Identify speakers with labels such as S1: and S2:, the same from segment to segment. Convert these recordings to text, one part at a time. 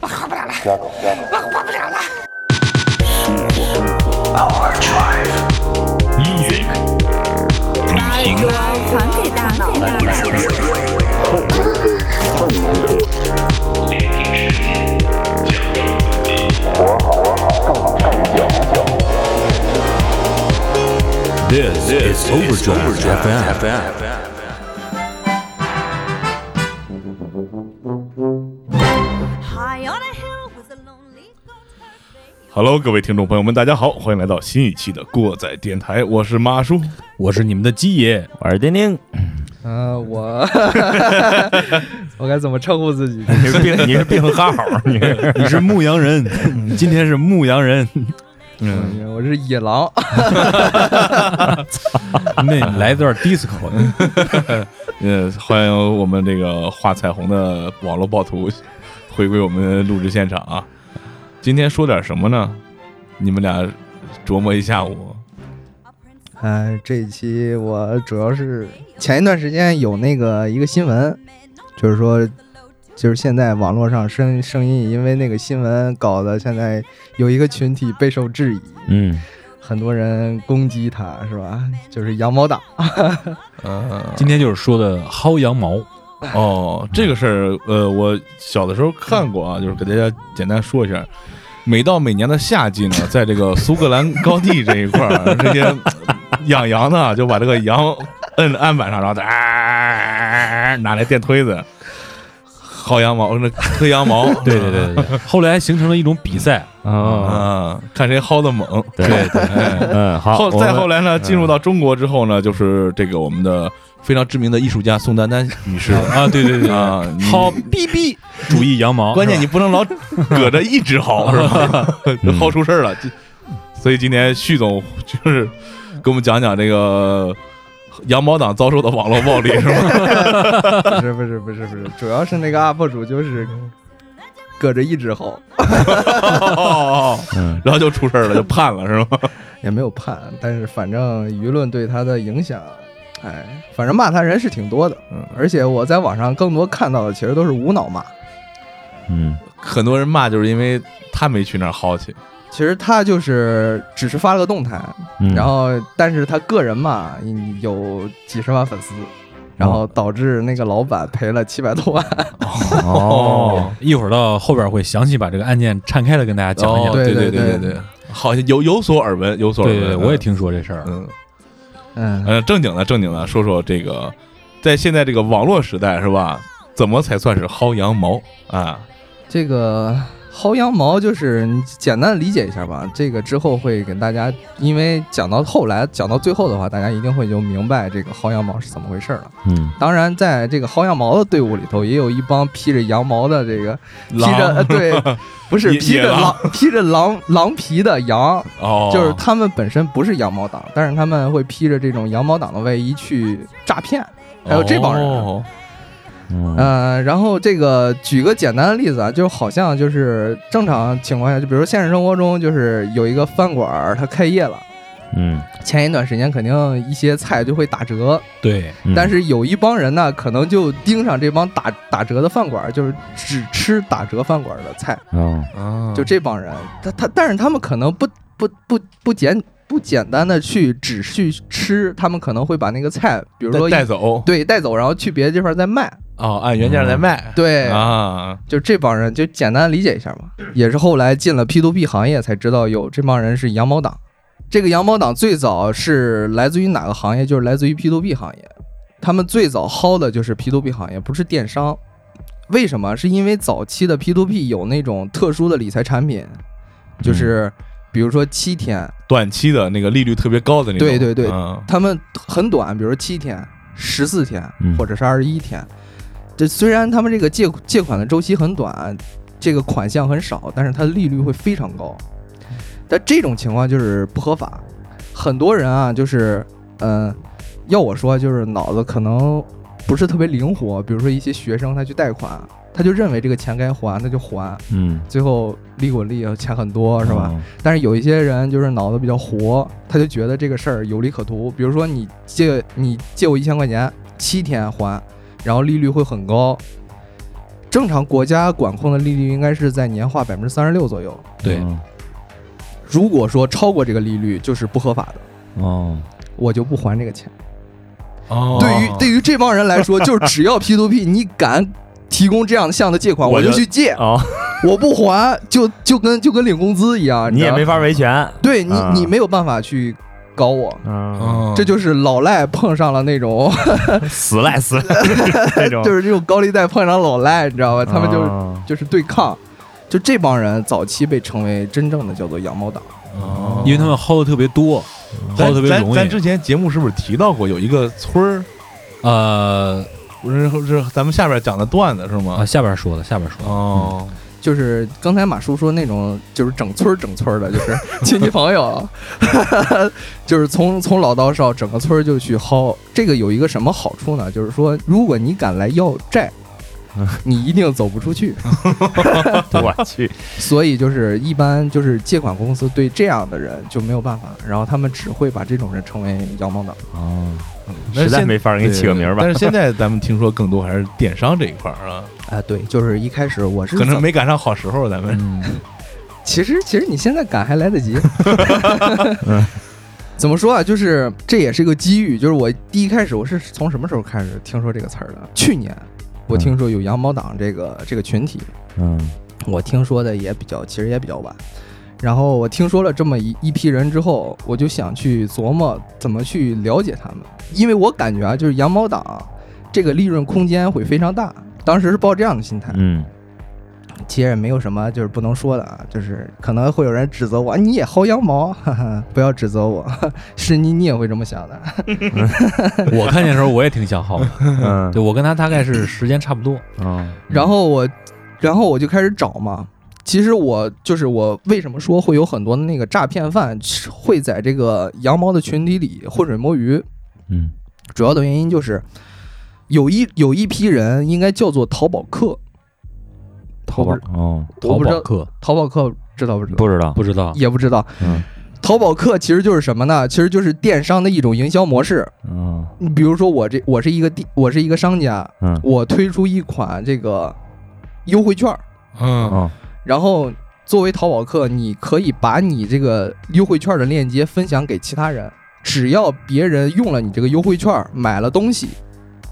S1: 我活不了了，
S2: 加狗加狗。
S1: 我活不了了。
S3: Music. Music.
S4: 传给大脑。
S3: This, is Overdrive, FM.
S5: ，Hello，各位听众朋友们，大家好，欢迎来到新一期的过载电台，我是马叔。
S6: 我是你们的鸡爷，
S7: 我是丁丁，
S8: 呃，我 我该怎么称呼自己？
S7: 你是病， 你是病号， 你是
S6: 你是牧羊人， 今天是牧羊人，
S7: 嗯
S8: 我是野狼，
S6: 那来一段 disco，
S5: 呃，欢迎我们这个画彩虹的网络暴徒回归我们录制现场啊！今天说点什么呢？你们俩琢磨一下午。
S8: 哎，这一期我主要是前一段时间有那个一个新闻，就是说，就是现在网络上声声音因为那个新闻搞得现在有一个群体备受质疑，
S7: 嗯，
S8: 很多人攻击他是吧？就是羊毛党，
S5: 呃，
S6: 今天就是说的薅羊毛，
S5: 哦，这个事儿，呃，我小的时候看过
S7: 嗯
S5: 啊，就是给大家简单说一下。每到每年的夏季呢，在这个苏格兰高地这一块 儿，这些养羊的啊就把这个羊摁案板上，然后再、啊、拿来电推子薅羊毛，那推 羊毛，
S6: 对对对对对， 后来形成了一种比赛，
S7: 哦，
S5: 啊，看谁薅的猛。
S7: 对
S5: 哎
S7: 嗯，好，
S5: 后
S7: 我们
S5: 再后来呢，进入到中国之后呢，就是这个我们的非常知名的艺术家宋丹丹女士。
S6: 啊，对对对
S7: 嗯
S6: 对，
S5: 啊你
S6: 薅逼逼主义羊毛，
S5: 关键你不能老搁着一直薅，是吧？薅出事儿了。这所以今天旭总就是给我们讲讲这个羊毛党遭受的网络暴力，是吧？
S8: 不是不是不是不是，主要是那个 UP 主就是搁着一直吼，
S5: 哦
S7: 嗯
S5: 然后就出事儿了，就判了，是吗？
S8: 也没有判，但是反正舆论对他的影响，哎，反正骂他人是挺多的，
S5: 嗯
S8: 而且我在网上更多看到的其实都是无脑骂。
S7: 嗯
S5: 很多人骂就是因为他没去那儿薅去，
S8: 其实他就是只是发了个动态，
S7: 嗯，
S8: 然后但是他个人嘛有几十万粉丝，然后导致那个老板赔了七百多万。
S7: 哦，
S6: 一会儿到后边会详细把这个案件岔开了跟大家讲一
S5: 哦
S6: 讲，
S5: 对
S8: 对
S5: 对
S8: 对
S5: 对，好像有有所耳闻，有所耳
S6: 对对
S5: 闻。
S6: 对，我也听说这事儿，
S5: 嗯。
S8: 嗯，
S5: 呃，正经的，正经的，说说这个，在现在这个网络时代，是吧？怎么才算是薅羊毛啊？
S8: 这个薅羊毛就是你简单理解一下吧。这个之后会给大家，因为讲到后来讲到最后的话，大家一定会就明白这个薅羊毛是怎么回事了。
S7: 嗯，
S8: 当然，在这个薅羊毛的队伍里头，也有一帮披着羊毛的这个披
S5: 狼
S8: 着呃对，不是
S5: 野
S8: 披
S5: 野
S8: 着
S5: 狼
S8: 狼披着狼狼皮的羊，
S5: 哦，
S8: 就是他们本身不是羊毛党，但是他们会披着这种羊毛党的卫衣去诈骗。还有这帮人
S5: 哦
S7: 嗯
S8: 呃，然后这个举个简单的例子啊，就好像就是正常情况下，就比如说现实生活中，就是有一个饭馆儿它开业了，
S6: 啊
S7: 嗯，
S8: 前一段时间肯定一些菜就会打折，
S6: 对，
S7: 嗯
S8: 但是有一帮人呢，可能就盯上这帮打打折的饭馆儿，就是只吃打折饭馆儿的菜，
S7: 哦，
S5: 啊，
S8: 就这帮人，他他，但是他们可能不不不不简不简单的去只去吃，他们可能会把那个菜，比如说
S5: 带带走
S8: 对带走，然后去别的地方再卖，
S5: 哦，按原价来卖，
S8: 对，
S5: 啊，
S8: 就这帮人就简单理解一下嘛，也是后来进了 P to P 行业才知道有这帮人是羊毛党。这个羊毛党最早是来自于哪个行业？就是来自于 P to P 行业。他们最早薅的就是 P to P 行业，不是电商。为什么？是因为早期的 P to P 有那种特殊的理财产品，就是比如说七天，
S5: 短期的那个利率特别高的那种，
S8: 对对对
S5: 嗯
S8: 他们很短，比如说七天、十四天
S7: 嗯
S8: 或者是二十一天。这虽然他们这个借借款的周期很短，这个款项很少，但是它的利率会非常高。但这种情况就是不合法，很多人啊，就是嗯、呃要我说就是脑子可能不是特别灵活，比如说一些学生他去贷款，他就认为这个钱该还，他就还，
S7: 嗯，
S8: 最后利滚利钱很多是吧？
S7: 哦？
S8: 但是有一些人就是脑子比较活，他就觉得这个事儿有利可图。比如说你借你借我一千块钱，七天还，然后利率会很高，正常国家管控的利率应该是在年化百分之三十六左右，
S6: 对，
S7: 哦
S8: 如果说超过这个利率就是不合法的，
S7: 哦，
S8: 我就不还这个钱。
S6: 哦
S8: 对于对于这帮人 来说，就是只要 P to P 你敢提供这样的项的借款，
S7: 我
S8: 我
S7: 就
S8: 就去借，
S7: 哦，
S8: 我不还就就跟就跟领工资一样，
S7: 你
S8: 知
S7: 也
S8: 道
S7: 没法维权，
S8: 对你
S7: 啊
S8: 你没有办法去搞我。
S7: 嗯，
S6: 哦
S8: 这就是老赖碰上了那种，
S7: 死赖死赖这种，
S8: 就是这种高利贷碰上老赖，你知道吧？他们就是
S7: 哦
S8: 就是对抗，就这帮人早期被称为真正的叫做“羊毛党
S7: 哦
S6: 因为他们薅的特别多，薅的
S5: 咱
S6: 特别容
S5: 咱咱
S6: 易。
S5: 之前节目是不是提到过有一个村儿？
S6: 呃，
S5: 不是是咱们下边讲的段子是
S6: 啊，
S5: 吗？
S6: 下边说的，下边说的。
S5: 哦，”，
S8: 就是刚才马叔说那种，就是整村儿整村儿 的，就是亲戚朋友， 就是从从老到少，整个村儿就去薅。这个有一个什么好处呢？就是说，如果你敢来要 债，你一定走不出去。
S7: 我去，
S8: 所以就是一般就是借款公司对这样的人就没有办法，然后他们只会把这种人称为“羊毛党
S7: 哦，
S5: 那
S7: 实在
S5: 现
S7: 没法儿给你起个名儿吧
S5: 但，是现在咱们听说更多还是电商这一块儿啊，”。
S8: 啊，对，就是一开始我是
S5: 可
S8: 怎
S5: 能
S8: 么
S5: 没赶上好时候，咱们
S6: 嗯，
S8: 其实其实你现在赶还来得及。 怎么说啊？就是这也是个机遇。就是我第一开始我是从什么时候开始听说这个词儿的？去年我听说有羊毛党这个这个群体，
S7: 嗯
S8: 我听说的也比较，其实也比较晚。然后我听说了这么一一批人之后，我就想去琢磨怎么去了解他们，因为我感觉啊，就是羊毛党这个利润空间会非常大。当时是抱这样的心态，
S7: 嗯，
S8: 其实也没有什么就是不能说的啊，就是可能会有人指责我，啊你也薅羊毛，哈哈，不要指责我， 是你你也会这么想的。
S6: 我看见的时候我也挺想薅的。
S7: 嗯，
S6: 对我跟他大概是时间差不多。
S7: 嗯，
S8: 然后我，然后我就开始找嘛。其实我就是我，为什么说会有很多的那个诈骗犯会在这个羊毛的群体里浑水摸鱼？
S7: 嗯，
S8: 主要的原因就是有一有一批人应该叫做淘宝客，
S7: 淘宝，哦，
S8: 我
S6: 淘
S8: 不知
S6: 宝
S8: 道
S6: 客
S8: 淘宝客知道不知道？
S7: 不知道，
S6: 不知道，
S8: 也不知道。
S7: 嗯
S8: 淘宝客其实就是什么呢？其实就是电商的一种营销模式。
S7: 嗯
S8: 你比如说我这我是一个地我是一个商家，
S7: 嗯，
S8: 我推出一款这个优惠券儿，
S5: 嗯
S7: 哦，
S8: 然后作为淘宝客，你可以把你这个优惠券的链接分享给其他人，只要别人用了你这个优惠券买了东西，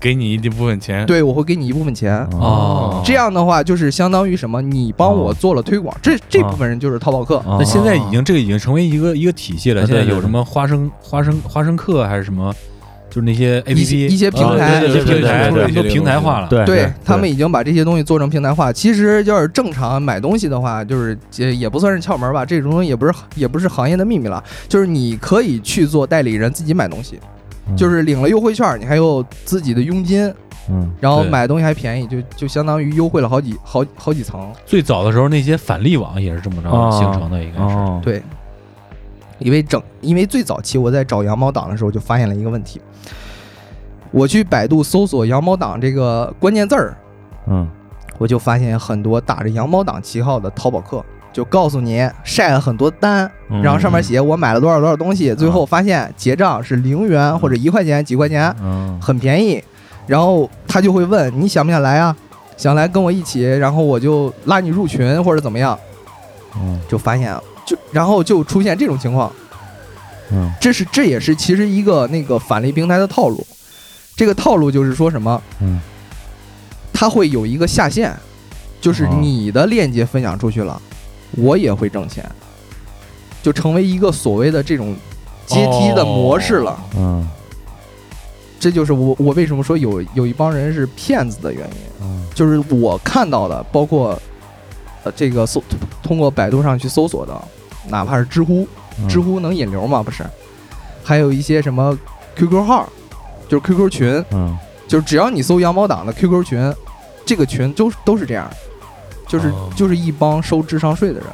S5: 给你一部分钱，
S8: 对我会给你一部分钱。
S6: 哦
S8: 这样的话，就是相当于什么？你帮我做了推广，这这部分人就是淘宝客。
S7: 哦
S6: 那现在已经这个已经成为一个一个体系了。
S7: 啊
S6: 现在
S7: 对对
S6: 有什么花生花生花生课还是什么，就是那些 A
S8: 一
S6: P
S8: 些
S6: P 啊
S8: 一
S7: 对
S6: 一些
S8: 些平台
S7: 对
S6: 平台
S7: 对对对
S6: 都平台化了。
S7: 对
S8: 对他们已经把这些东西做成平台化。其实要是正常买东西的话，就是也也不算是窍门吧，这种东西也不是也不是行业的秘密了。就是你可以去做代理人，自己买东西，
S7: 嗯
S8: 就是领了优惠券，你还有自己的佣金，
S7: 嗯
S8: 然后
S6: 对
S8: 买东西还便宜，就就相当于优惠了好几好好几层。
S6: 最早的时候那些返利网也是这么着
S5: 啊
S7: 哦
S6: 形成的，应该是。
S7: 哦，
S8: 对，因为整因为最早期我在找羊毛党的时候就发现了一个问题，我去百度搜索“羊毛党”这个关键字儿，
S7: 嗯
S8: 我就发现很多打着羊毛党旗号的淘宝客，就告诉你晒了很多单，
S7: 嗯
S8: 然后上面写我买了多少多少东西，最后发现结账是零元或者一块钱几块钱，
S6: 哦
S7: 嗯
S8: 很便宜。然后他就会问你想不想来啊？想来跟我一起，然后我就拉你入群或者怎么样，
S7: 嗯
S8: 就发现就然后就出现这种情况，
S7: 嗯
S8: 这是这也是其实一个那个返利平台的套路。这个套路就是说什么？
S7: 嗯，
S8: 它会有一个下限，就是
S7: 哦
S8: 你的链接分享出去了，我也会挣钱，就成为一个所谓的这种阶梯的模式了。
S7: 嗯
S8: 这就是我我为什么说有有一帮人是骗子的原因，
S7: 嗯
S8: 就是我看到的，包括呃这个搜通过百度上去搜索的，哪怕是知乎，
S7: 嗯
S8: 知乎能引流吗？不是，还有一些什么 QQ 号，就是 QQ 群，
S7: 嗯
S8: 就是只要你搜羊毛党的 QQ 群，这个群都是都是这样，就是、
S5: 哦
S8: 就是一帮收智商税的人。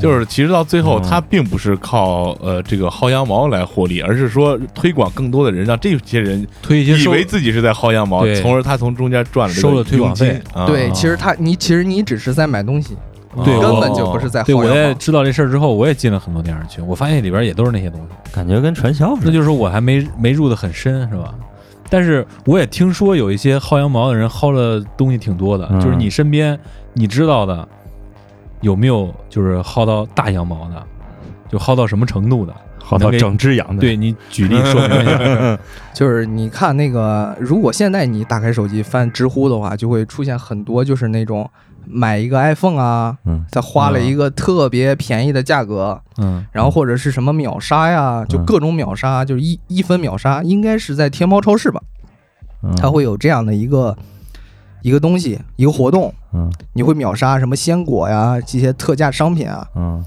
S5: 就是其实到最后，
S7: 嗯
S5: 他并不是靠呃这个薅羊毛来获利，而是说推广更多的人，让这些人
S6: 推一些
S5: 以
S6: 收
S5: 为自己是在薅羊毛，
S6: 对
S5: 从而他从中间赚了这个
S6: 收了推广费
S5: 佣金啊
S8: 对，其实他你其实你只是在买东西，
S6: 哦对
S8: 根
S6: 我
S8: 本就不是在
S6: 对，
S8: 薅
S6: 我
S8: 羊
S6: 在
S8: 毛。
S6: 知道这事儿之后，我也进了很多电商群，我发现里边也都是那些东西。
S7: 感觉跟传销似
S6: 那
S7: 的，
S6: 就是我还没没入的很深，是吧？但是我也听说有一些薅羊毛的人薅了东西挺多的，
S7: 嗯
S6: 就是你身边你知道的有没有就是薅到大羊毛的，就薅到什么程度的？
S7: 好到
S6: 能给
S7: 整只羊的，
S6: 对你举例说明 一下。嗯
S8: 就是你看那个，如果现在你打开手机翻知乎的话，就会出现很多就是那种买一个 iPhone 啊，
S7: 嗯
S8: 他花了一个特别便宜的价格，
S6: 嗯，
S8: 然后或者是什么秒杀呀，就
S7: 嗯
S8: 各种秒杀，就是一一分秒杀，应该是在天猫超市吧，
S7: 嗯，
S8: 它会有这样的一个一个东西，一个活动，
S7: 嗯
S8: 你会秒杀什么鲜果呀，这些特价商品啊，
S7: 嗯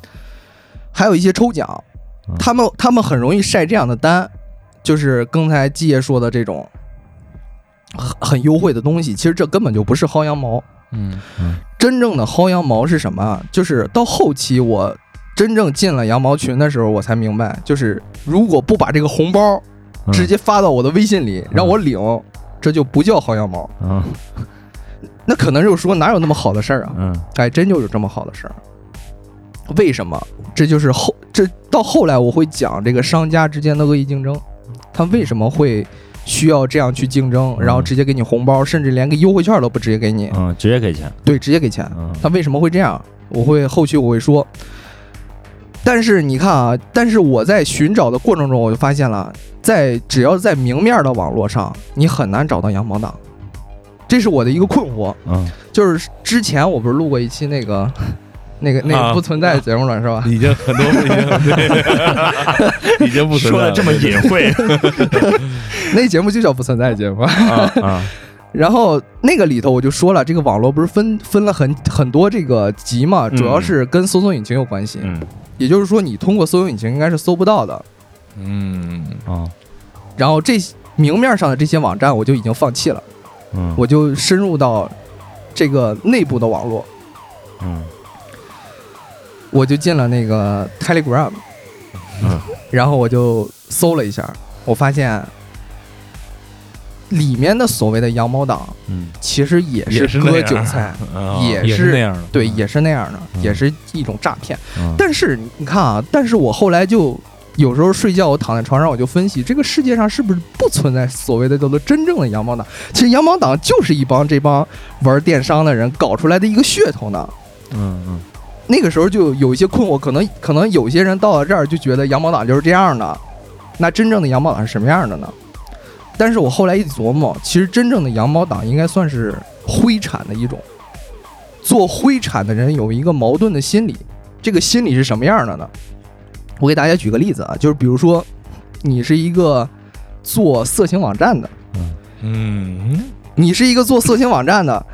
S8: 还有一些抽奖
S7: 嗯，
S8: 他们他们很容易晒这样的单，就是刚才季爷说的这种很很优惠的东西，其实这根本就不是薅羊毛。
S6: 嗯
S8: 真正的薅羊毛是什么啊？就是到后期我真正进了羊毛群的时候，我才明白，就是如果不把这个红包
S7: 嗯
S8: 直接发到我的微信里让我领，这就不叫薅羊毛。
S7: 嗯
S8: 那可能就说哪有那么好的事儿啊？
S7: 嗯
S8: 哎，真就有这么好的事儿。为什么？这就是后这到后来我会讲这个商家之间的恶意竞争，他为什么会需要这样去竞争，
S7: 嗯
S8: 然后直接给你红包，甚至连个优惠券都不直接给你，
S7: 嗯，直接给钱，
S8: 对，直接给钱。
S7: 嗯
S8: 他为什么会这样？我会后续我会说。但是你看啊，但是我在寻找的过程中，我就发现了，在只要在明面的网络上，你很难找到羊毛党，这是我的一个困惑。
S7: 嗯
S8: 就是之前我不是录过一期那个。那个那
S5: 啊
S8: 个不存在的节目了、是吧？
S5: 已经很多已经对已经不存在
S7: 说的
S5: 了
S7: 这么隐晦
S8: 那节目就叫不存在的节 目。
S7: 啊啊，
S8: 然后那个里头我就说了，这个网络不是分分了很很多这个集嘛，
S7: 嗯
S8: 主要是跟搜索引擎有关系。
S7: 嗯
S8: 也就是说，你通过搜索引擎应该是搜不到的。
S5: 嗯，
S7: 啊
S8: 然后这明面上的这些网站我就已经放弃了，
S7: 嗯，
S8: 我就深入到这个内部的网络，
S7: 嗯
S8: 我就进了那个 Telegram，
S7: 嗯
S8: 然后我就搜了一下，我发现里面的所谓的羊毛党
S7: 嗯
S8: 其实也
S5: 也是
S8: 是
S5: 那
S8: 割
S5: 样
S8: 韭菜，
S5: 啊
S8: 也
S6: 也是那样的，
S8: 对，也是那样的，
S7: 嗯
S8: 也是一种诈骗。
S7: 嗯，
S8: 但是你看啊，但是我后来就有时候睡觉，我躺在床上，我就分析这个世界上是不是不存在所谓的叫做真正的羊毛党？其实羊毛党就是一帮这帮玩电商的人搞出来的一个噱头呢。
S7: 嗯嗯
S8: 那个时候就有一些困惑，可能可能有些人到了这儿就觉得羊毛党就是这样的，那真正的羊毛党是什么样的呢？但是我后来一琢磨，其实真正的羊毛党应该算是灰产的一种。做灰产的人有一个矛盾的心理，这个心理是什么样的呢？我给大家举个例子啊，就是比如说，你是一个做色情网站的，
S5: 嗯，
S8: 你是一个做色情网站的，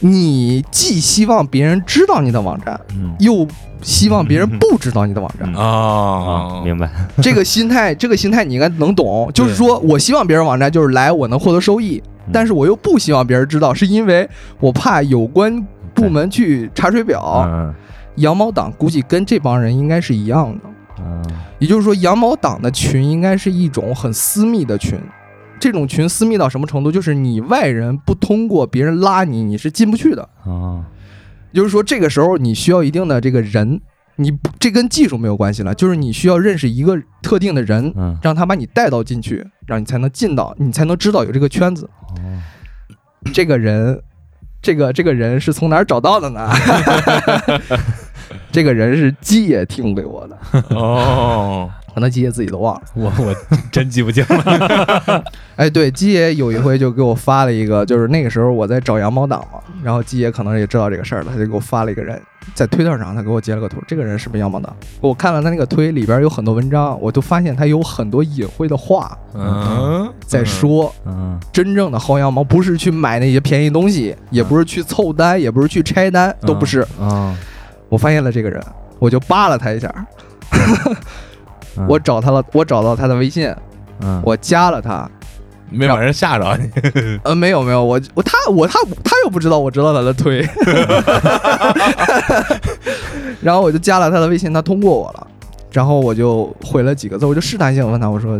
S8: 你既希望别人知道你的网站，
S7: 嗯
S8: 又希望别人不知道你的网站，
S5: 啊
S7: 啊，，明白，
S8: 这个心态，这个心态你应该能懂。就是说我希望别人网站就是来我能获得收益，
S7: 嗯
S8: 但是我又不希望别人知道，是因为我怕有关部门去查水表。
S7: 嗯
S8: 羊毛党估计跟这帮人应该是一样的，
S7: 嗯
S8: 也就是说，羊毛党的群应该是一种很私密的群。这种群私密到什么程度？就是你外人不通过别人拉你，你是进不去的。
S7: 啊
S8: 也就是说，这个时候你需要一定的这个人，你不这跟技术没有关系了，就是你需要认识一个特定的人，
S7: 嗯
S8: 让他把你带到进去，让你才能进到，你才能知道有这个圈子，
S7: 哦
S8: 这个人，这个这个人是从哪儿找到的呢？ 这个人是鸡爷提供给我的，
S5: 哦，
S8: 可能鸡爷自己都忘了。
S6: 我我真记不清了。
S8: 哎，对，鸡爷有一回就给我发了一个，就是那个时候我在找羊毛党嘛，然后鸡爷可能也知道这个事儿了，他就给我发了一个人，在推特上他给我截了个图，这个人是不是羊毛党？我看了他那个推里边有很多文章，我就发现他有很多隐晦的话
S5: 嗯，
S8: 在说，
S7: 嗯
S8: 真正的薅羊毛不是去买那些便宜东西，也不是去凑单，也不是去拆单，都不是。
S7: 啊，
S8: 我发现了这个人，我就扒拉他一下，
S7: 嗯
S8: 我找他了，我找到他的微信，
S7: 嗯
S8: 我加了他，
S5: 没把人吓着你，
S8: 呃，没有没有，我我他我他他又不知道我知道他的推， 然后我就加了他的微信，他通过我了，然后我就回了几个字，我就试探性地问他，我说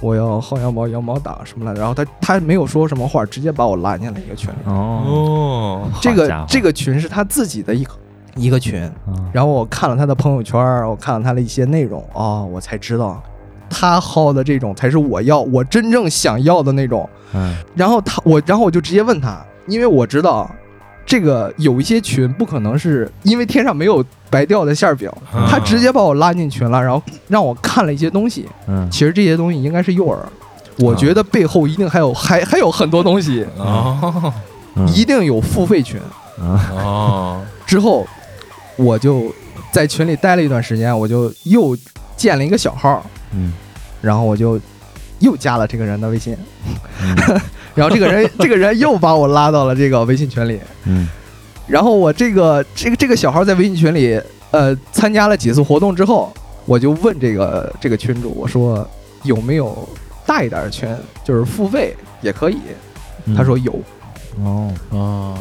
S8: 我要薅羊毛羊毛党什么来着，然后他他没有说什么话，直接把我拉进了一个群里，
S7: 哦，
S5: 哦，
S8: 这
S7: 好家伙
S8: 个这个群是他自己的一个一个群，
S7: 嗯
S8: 然后我看了他的朋友圈儿，我看了他的一些内容，哦，我才知道。他薅的这种才是我要我真正想要的那种。
S7: 嗯
S8: 然后他我，然后我就直接问他，因为我知道这个有一些群不可能是因为天上没有白掉的馅儿饼，
S7: 嗯
S5: 啊
S8: 他直接把我拉进群了，然后让我看了一些东西，
S7: 嗯
S8: 其实这些东西应该是诱饵。我觉得背后一定还有还还有很多东西，
S5: 哦
S7: 嗯
S8: 一定有付费群。
S7: 啊
S5: 哦，
S8: 之后，我就在群里待了一段时间，我就又建了一个小号，
S7: 嗯
S8: 然后我就又加了这个人的微信，
S7: 嗯
S8: 然后这个人这个人又把我拉到了这个微信群里，
S7: 嗯
S8: 然后我这个这个这个小号在微信群里，呃，参加了几次活动之后，我就问这个这个群主，我说有没有大一点的群，就是付费也可以。
S7: 嗯
S8: 他说有，
S7: 哦
S6: 哦，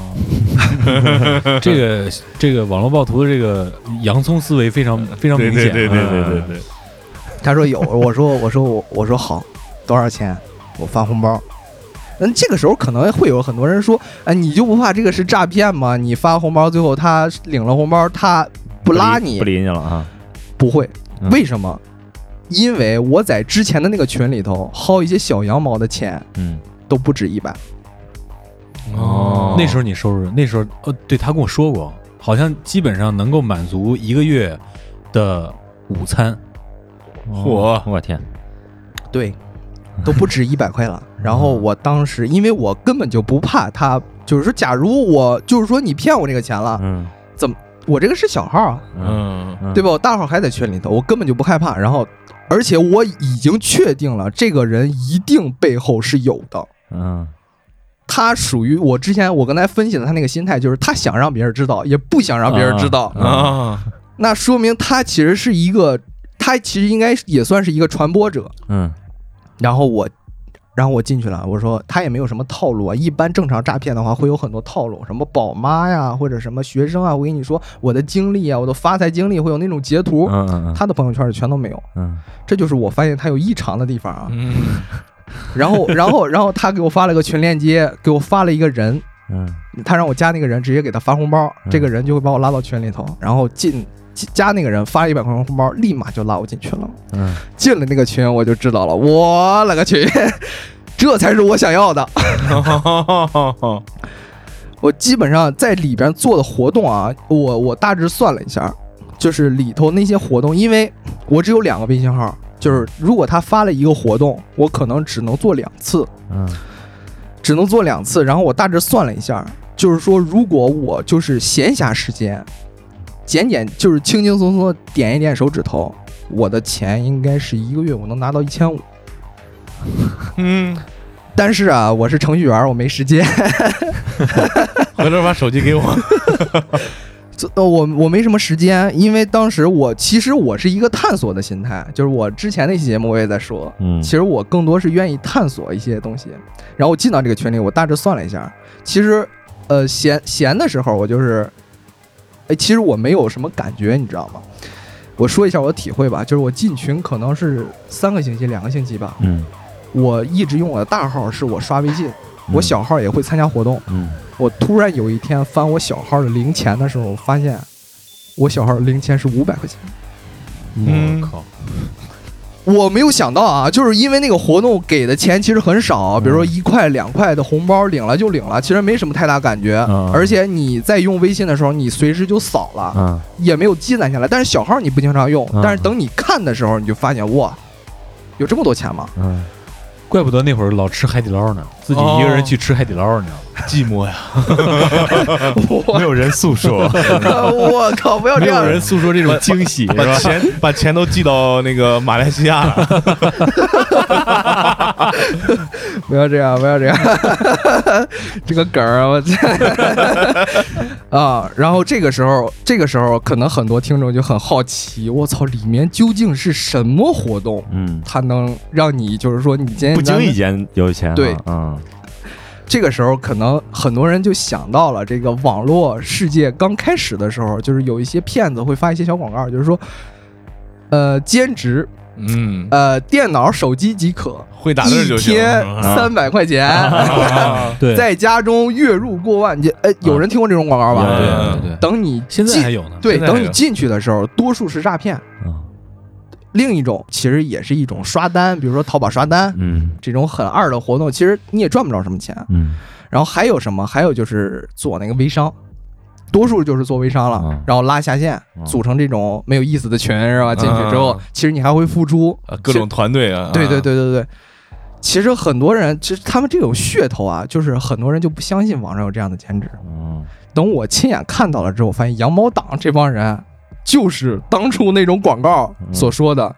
S6: 这个这个网络暴徒的这个洋葱思维非常非常
S5: 对
S6: 明
S5: 对
S6: 显，
S5: 对对对对
S6: 嗯
S5: 对，
S8: 他说有，我说我说我我说好，多少钱？我发红包。嗯，这个时候可能会有很多人说，哎，你就不怕这个是诈骗吗？你发红包，最后他领了红包，他不拉
S7: 理
S8: 你，
S7: 不理你了啊
S8: 不会
S7: 嗯，
S8: 为什么？因为我在之前的那个群里头薅一些小羊毛的钱
S7: 嗯
S8: 都不止一百，
S5: 哦
S6: 那时候你收入，那时候呃，对他跟我说过，好像基本上能够满足一个月的午餐。
S5: 嚯
S7: 哦我天
S8: 对，都不止一百块了。然后
S7: 嗯
S8: 我当时，因为我根本就不怕他，就是说，假如我就是说你骗我这个钱了，
S7: 嗯
S8: 我这个是小号啊，
S5: 嗯
S8: 对吧？我大号还在群里头，我根本就不害怕。然后，而且我已经确定了这个人一定背后是有的。
S7: 嗯
S8: 他属于我之前我刚才分析的他那个心态，就是他想让别人知道，也不想让别人知道。
S7: 嗯
S5: 啊，
S8: 那说明他其实是一个，他其实应该也算是一个传播者。
S7: 嗯
S8: 然后我，然后我进去了，我说他也没有什么套路啊。一般正常诈骗的话会有很多套路，什么宝妈呀，或者什么学生啊，我跟你说我的经历啊，我的发财经历会有那种截图。
S7: 嗯嗯
S8: 他的朋友圈里全都没有，
S7: 嗯
S8: 这就是我发现他有异常的地方啊。
S5: 嗯，
S8: 然后，然后，然后他给我发了个群链接，给我发了一个人，
S7: 嗯
S8: 他让我加那个人，直接给他发红包，
S7: 嗯
S8: 这个人就会把我拉到群里头，然后进进加那个人发了一百块钱红包，立马就拉我进群了。
S7: 嗯
S8: 进了那个群，我就知道了，我勒个去， 这才是我想要的。
S5: 啊哦
S8: 我基本上在里边做的活动啊，我我大致算了一下，就是里头那些活动，因为我只有两个微信号，就是如果他发了一个活动，我可能只能做两次，
S7: 嗯
S8: 只能做两次。然后我大致算了一下，就是说，如果我就是闲暇时间，简简就是轻轻松松地点一点手指头，我的钱应该是一个月我能拿到一千五。
S5: 嗯，
S8: 但是啊，我是程序员，我没时间，
S5: 回头把手机给我，
S8: 这呃我我没什么时间，因为当时我其实我是一个探索的心态，就是我之前那期节目我也在说，
S7: 嗯
S8: 其实我更多是愿意探索一些东西。然后我进到这个群里，我大致算了一下，其实，呃，闲闲的时候我就是，哎，其实我没有什么感觉，你知道吗？我说一下我的体会吧，就是我进群可能是三个星期、两个星期吧，
S7: 嗯
S8: 我一直用我的大号是我刷微信，
S7: 嗯
S8: 我小号也会参加活动。
S7: 嗯
S8: 我突然有一天翻我小号的零钱的时候，我发现我小号零钱是五百块钱。
S5: 嗯
S6: 我靠，
S8: 我没有想到啊，就是因为那个活动给的钱其实很少，比如说一块两块的红包领了就领了，其实没什么太大感觉。
S7: 嗯
S8: 而且你在用微信的时候，你随时就扫了，
S7: 啊
S8: 也没有积攒下来。但是小号你不经常用，
S7: 嗯
S8: 但是等你看的时候，你就发现哇，有这么多钱吗？
S7: 嗯
S6: 怪不得那会儿老吃海底捞呢，自己一个人去吃海底捞，你知道吗？
S5: 寂寞 呀，
S8: 我
S7: 没有人诉说
S8: 嗯 我靠，不 要
S5: 没
S8: 这
S5: 有
S8: 样！
S5: 人诉说这种惊喜， 把钱把钱都寄到那个马来西亚了，
S8: 不要这样，不要这样， 这个梗儿啊，我这 啊，然后这个时候，这个时候可能很多听众就很好奇，我操，里面究竟是什么活动，
S7: 嗯
S8: 它能让你就是说你今天
S7: 不经意间有钱了
S8: 对
S7: 嗯
S8: 这个时候，可能很多人就想到了这个网络世界刚开始的时候，就是有一些骗子会发一些小广告，就是说，呃，兼职，
S5: 嗯，
S8: 呃，电脑、手机即可，
S5: 会打字
S8: 一
S5: 就行，嗯
S8: 天三百块钱。
S5: 啊，
S6: 对嗯
S8: 在家中月入过万，你哎，有人听过这种广告
S7: 有
S8: 吧？
S5: 有
S7: 有
S6: 对对，
S8: 等你
S6: 现在还
S8: 进
S6: 有呢。
S8: 对，
S5: 现在还有
S8: 等你进去的时候，多数是诈骗。
S7: 嗯
S8: 另一种其实也是一种刷单，比如说淘宝刷单
S7: 嗯
S8: 这种很二的活动，其实你也赚不着什么钱。
S7: 嗯
S8: 然后还有什么？还有就是做那个微商，多数就是做微商了，
S7: 嗯
S8: 然后拉下线，
S7: 嗯
S8: 组成这种没有意思的群是吧？进去之后，
S5: 嗯
S8: 其实你还会付出，
S5: 啊各种团队
S6: 嗯
S5: 啊，
S8: 对对对对对。其实很多人，其实他们这种噱头啊，就是很多人就不相信网上有这样的兼职。
S7: 嗯
S8: 等我亲眼看到了之后，发现羊毛党这帮人就是当初那种广告
S7: 嗯
S8: 所说的，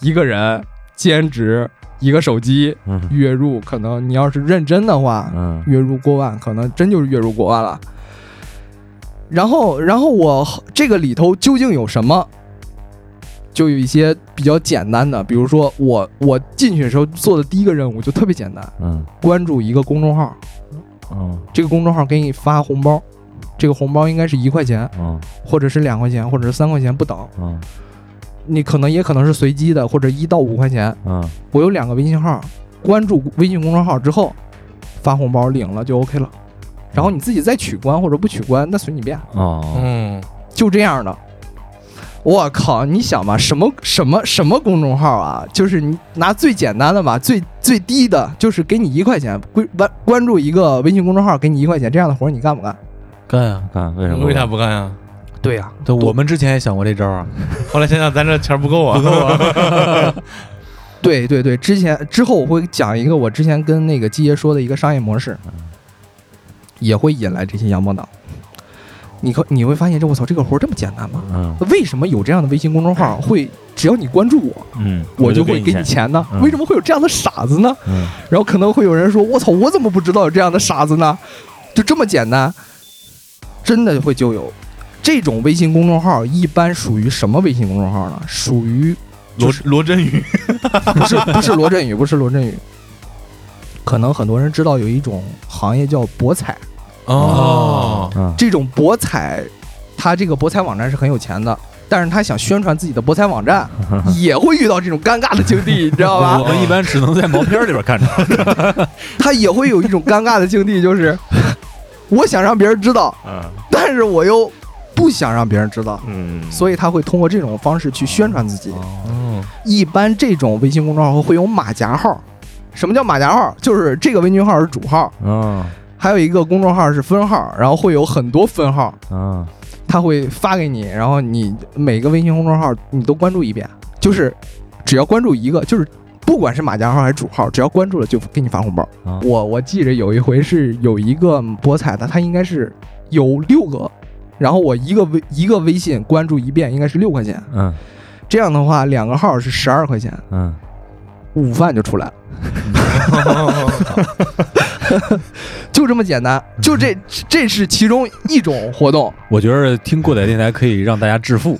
S8: 一个人兼职一个手机，
S7: 嗯
S8: 月入可能你要是认真的话，
S7: 嗯
S8: 月入过万，可能真就是月入过万了。然后，然后我这个里头究竟有什么？就有一些比较简单的，比如说我我进去的时候做的第一个任务就特别简单，
S7: 嗯
S8: 关注一个公众号，
S7: 嗯
S8: 这个公众号给你发红包，这个红包应该是一块钱，
S7: 嗯
S8: 或者是两块钱，或者是三块钱不等，
S7: 嗯
S8: 你可能也可能是随机的，或者一到五块钱。
S7: 嗯
S8: 我有两个微信号，关注微信公众号之后发红包领了就 OK 了，然后你自己再取关或者不取关，那随你便，
S7: 哦
S5: 嗯，
S8: 就这样的。我靠！你想吧，什么什么什么公众号啊？就是你拿最简单的吧，最最低的，就是给你一块钱，关关关注一个微信公众号，给你一块钱，这样的活儿你干不干？
S6: 干啊！
S7: 看为什么
S5: 为啥不干呀？
S8: 对呀、
S6: 对，我们之前也想过这招啊，
S5: 后来想想，咱这钱不够啊，不够 啊，
S8: 对对对，之前之后我会讲一个我之前跟那个季爷说的一个商业模式，也会引来这些羊毛党。你可你会发现这我操这个活儿这么简单吗？
S7: 嗯
S8: 为什么有这样的微信公众号会只要你关注我，
S7: 嗯
S8: 哎我
S7: 就
S8: 就会给你
S7: 钱
S8: 钱呢？
S7: 嗯
S8: 为什么会有这样的傻子呢？
S7: 嗯
S8: 然后可能会有人说我操我怎么不知道有这样的傻子呢？就这么简单，真的会就有这种微信公众号，一般属于什么微信公众号呢？属于
S5: 罗罗振宇，
S8: 不是不是罗振宇，不是罗振宇。可能很多人知道有一种行业叫博彩，
S5: 啊
S7: 哦嗯
S8: 这种博彩，它这个博彩网站是很有钱的，但是他想宣传自己的博彩网 站，也会遇到这种尴尬的境地，你知道吧
S6: 啊我？们一般只能在毛片里边看着。
S8: 他也会有一种尴尬的境地， 就是我想让别人知道，但是我又不想让别人知道，
S7: 嗯哦
S8: 所以他会通过这种方式去宣传自己。
S5: 嗯，
S8: 一般这种微信公众号会有马甲号，什么叫马甲号？就是这个微信号是主号，
S7: 嗯
S8: 还有一个公众号是分号，然后会有很多分号，
S7: 嗯
S8: 他会发给你，然后你每个微信公众号你都关注一遍，就是只要关注一个，就是不管是马甲号还是主号，只要关注了就给你发红包。
S7: 啊
S8: 我我记着有一回是有一个博彩的，他应该是有六个，然后我一个微一个微信关注一遍应该是六块钱，
S7: 嗯
S8: 这样的话两个号是十二块钱，
S7: 嗯
S8: 午饭就出来了。 就这么简单，就这这是其中一种活动。
S6: 我觉得听过载电台可以让大家致富。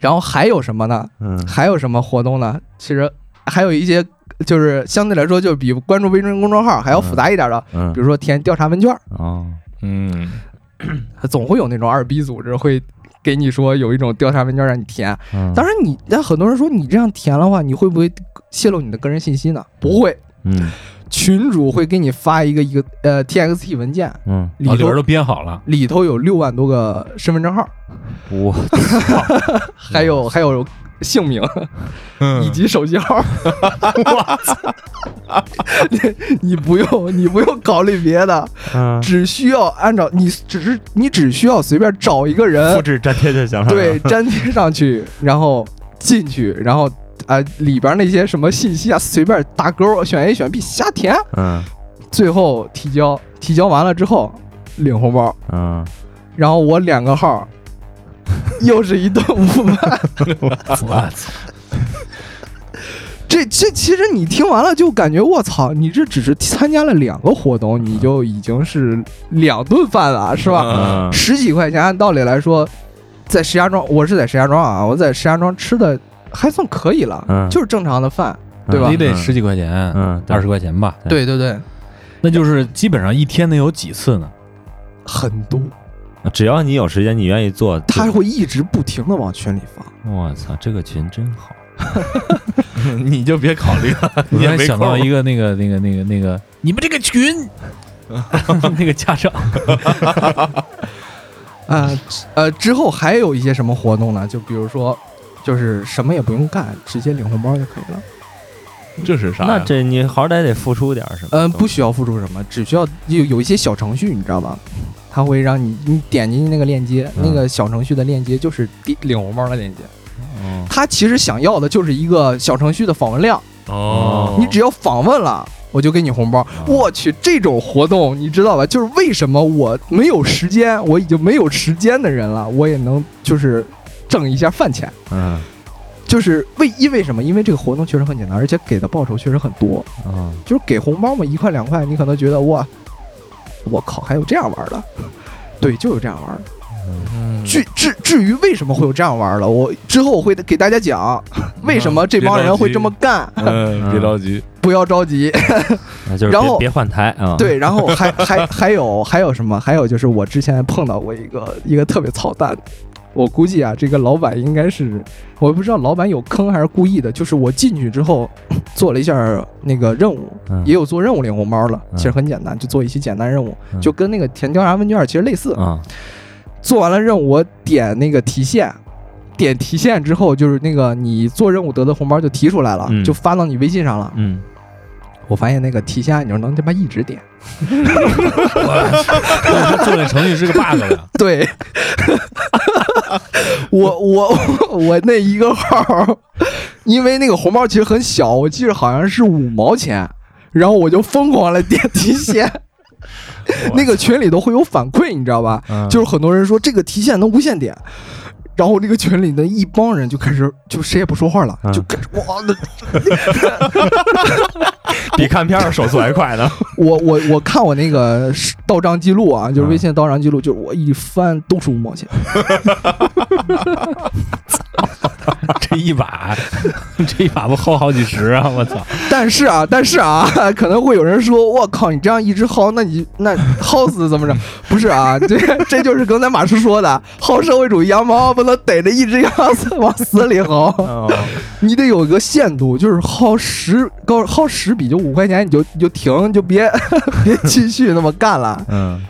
S8: 然后还有什么呢？
S7: 嗯
S8: 还有什么活动呢？其实还有一些，就是相对来说，就是比关注微信公众号还要复杂一点的，
S7: 嗯
S8: 比如说填调查问卷，
S7: 哦
S5: 嗯，
S8: 总会有那种二逼组织会给你说有一种调查问卷让你填。
S7: 嗯
S8: 当然你，但很多人说你这样填的话，你会不会泄露你的个人信息呢？不会，
S7: 嗯
S8: 群主会给你发一个一个呃 TXT 文件，
S7: 嗯
S8: 里
S6: 哦里
S8: 头、
S6: 边都编好了，
S8: 里头有六万多个身份证号，
S7: 我
S8: 还有
S6: 哦
S8: 还有姓名。
S6: 嗯
S8: 以及手机 号。我操！ 你你不用你不用考虑别的，
S7: 嗯
S8: 只需要按照你只是你只需要随便找一个人
S7: 复，制粘贴就行了
S8: 对，粘贴上去，然后进去，然后啊、里边那些什么信息啊，随便打勾，选 A 选 B 瞎填，
S7: 嗯
S8: 最后提交，提交完了之后领红包，
S7: 嗯
S8: 然后我两个号。 又是一顿午饭，
S6: 我操！
S8: 这这其实你听完了就感觉我操，你这只是参加了两个活动，你就已经是两顿饭了，啊是吧？
S7: 嗯
S8: 十几块钱，按道理来说，在石家庄，我是在石家庄啊，我在石家庄吃的还算可以了，
S7: 嗯
S8: 就是正常的饭，对吧
S6: 你？得十几块钱，
S7: 嗯
S6: 二十块钱吧，
S7: 对
S8: 对对，
S6: 那就是基本上一天能有几次呢？
S8: 很多，
S7: 只要你有时间，你愿意做，
S8: 他会一直不停的往群里发。
S7: 我操，这个群真好。
S5: 你就别考虑 了，
S6: 我
S5: 你
S6: 突
S5: 也
S6: 然
S5: 没
S6: 想到
S5: 空
S6: 一个那个那个那个那个，你们这个群， 那个家长，
S8: 呃呃，之后还有一些什么活动呢？就比如说就是什么也不用干，直接领红包就可以了。
S5: 这是啥呀？
S7: 那这你好歹得付出点儿什么。
S8: 嗯，不，需要付出什么，只需要有有一些小程序，你知道吧？它会让你你点进去那个链接，
S7: 嗯
S8: 那个小程序的链接就是第领红包的链接。
S7: 嗯，
S8: 它其实想要的就是一个小程序的访问量，
S6: 哦，
S8: 你只要访问了。我就给你红包，我去这种活动你知道吧？就是为什么我没有时间，我已经没有时间的人了，我也能就是挣一下饭钱，
S7: 嗯
S8: 就是为因为什么？因为这个活动确实很简单，而且给的报酬确实很多。
S7: 嗯，
S8: 就是给红包嘛，一块两块，你可能觉得哇，我靠，还有这样玩的，对，就有这样玩的。
S5: 嗯
S8: 至至至于为什么会有这样玩的，我之后我会给大家讲为什么这帮人会这么干，
S5: 嗯，别着急，
S8: 不要着急。
S7: 那就是
S8: 然
S7: 别
S8: 后
S7: 别换台啊。，
S8: 对，然后还还还有还有什么？还有就是我之前碰到过一个一个特别操蛋的，我估计啊，这个老板应该是我不知道老板有坑还是故意的，就是我进去之后做了一下那个任务，
S7: 嗯
S8: 也有做任务领红包了，
S7: 嗯
S8: 其实很简单，就做一些简单任务，
S7: 嗯
S8: 就跟那个填调查问卷其实类似。
S7: 啊，
S8: 做完了任务，我点那个提现。点提现之后，就是那个你做任务得的红包就提出来了，
S7: 嗯
S8: 就发到你微信上了。
S7: 嗯，
S8: 我发现那个提现按钮能他妈一直点，
S6: 做那程序是个 bug 的，
S8: 对，我我我那一个号儿，因为那个红包其实很小，我记得好像是五毛钱，然后我就疯狂的点提现，那个群里头会有反馈，你知道吧？
S7: 嗯
S8: 就是很多人说这个提现能无限点。然后这个群里的一帮人就开始，就谁也不说话了，
S7: 嗯
S8: 就开始哇！那
S7: 比看片儿手速还快呢。
S8: 我我我看我那个是到账记录啊，就是微
S7: 嗯
S8: 信到账记录，就是我一翻都是五毛钱，
S6: 这一 把，这一把不薅好几十啊！我操，
S8: 但是啊，但是啊， 可能会有人说：“我靠，你这样一直薅，那你那薅死怎么着？” 不是啊，这这就是刚才马叔说的，薅社会主义羊毛不能逮着一只羊死 往死里薅，
S7: 哦，
S8: 你得有个限度，就是薅十高薅十笔就五块钱，你就你就停，就别 别继续那么干了。
S7: 嗯，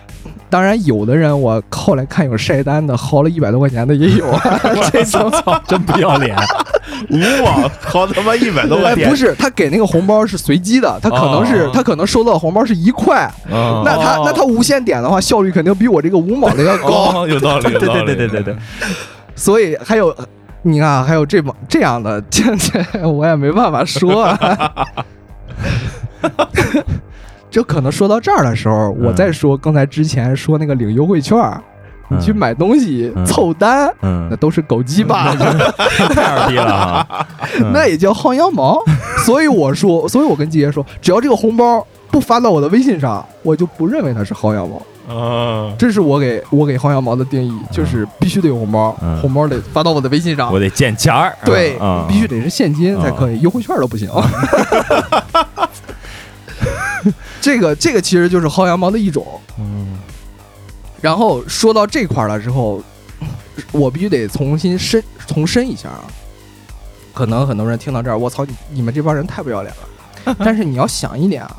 S8: 当然，有的人我后来看有晒单的，薅了一百多块钱的也有啊，这种
S6: 操，真不要脸！
S5: 五毛好他妈一百多
S8: 哎，不是，他给那个红包是随机的，他可能是、
S5: 哦
S8: 他可能收到的红包是一块，
S7: 哦
S5: 啊，
S8: 那他那他无限点的话，效率肯定比我这个五毛 的要高。
S5: 哦，有道理，
S7: 对
S5: 有道
S7: 对
S5: 理
S7: 对对对对，
S8: 所以还有，你看啊还有这帮这样的，这这我也没办法说、啊。 这可能说到这儿的时候，我再说刚才之前说那个领优惠券儿，你去买东西
S7: 嗯
S8: 凑单，那
S7: 嗯，
S8: 都是狗鸡巴，
S7: 太二逼了哈。嗯
S8: 那也叫薅羊毛。所以我说，所以我跟季爷说，只要这个红包不发到我的微信上，我就不认为它是薅羊毛。
S5: 啊，
S8: 这是我给我给薅羊毛的定义，就是必须得有红包，
S7: 嗯
S8: 红包得发到我的微信上
S7: 我。得见钱儿。
S8: 对，
S7: 啊，
S8: 必须得是现金才可以，优惠券都不行。
S7: 哦
S8: 这个这个其实就是薅羊毛的一种。
S7: 嗯
S8: 然后说到这块儿了之后，我必须得重新深重申一下啊。可能很多人听到这儿，我操，你你们这帮人太不要脸了。但是你要想一点啊，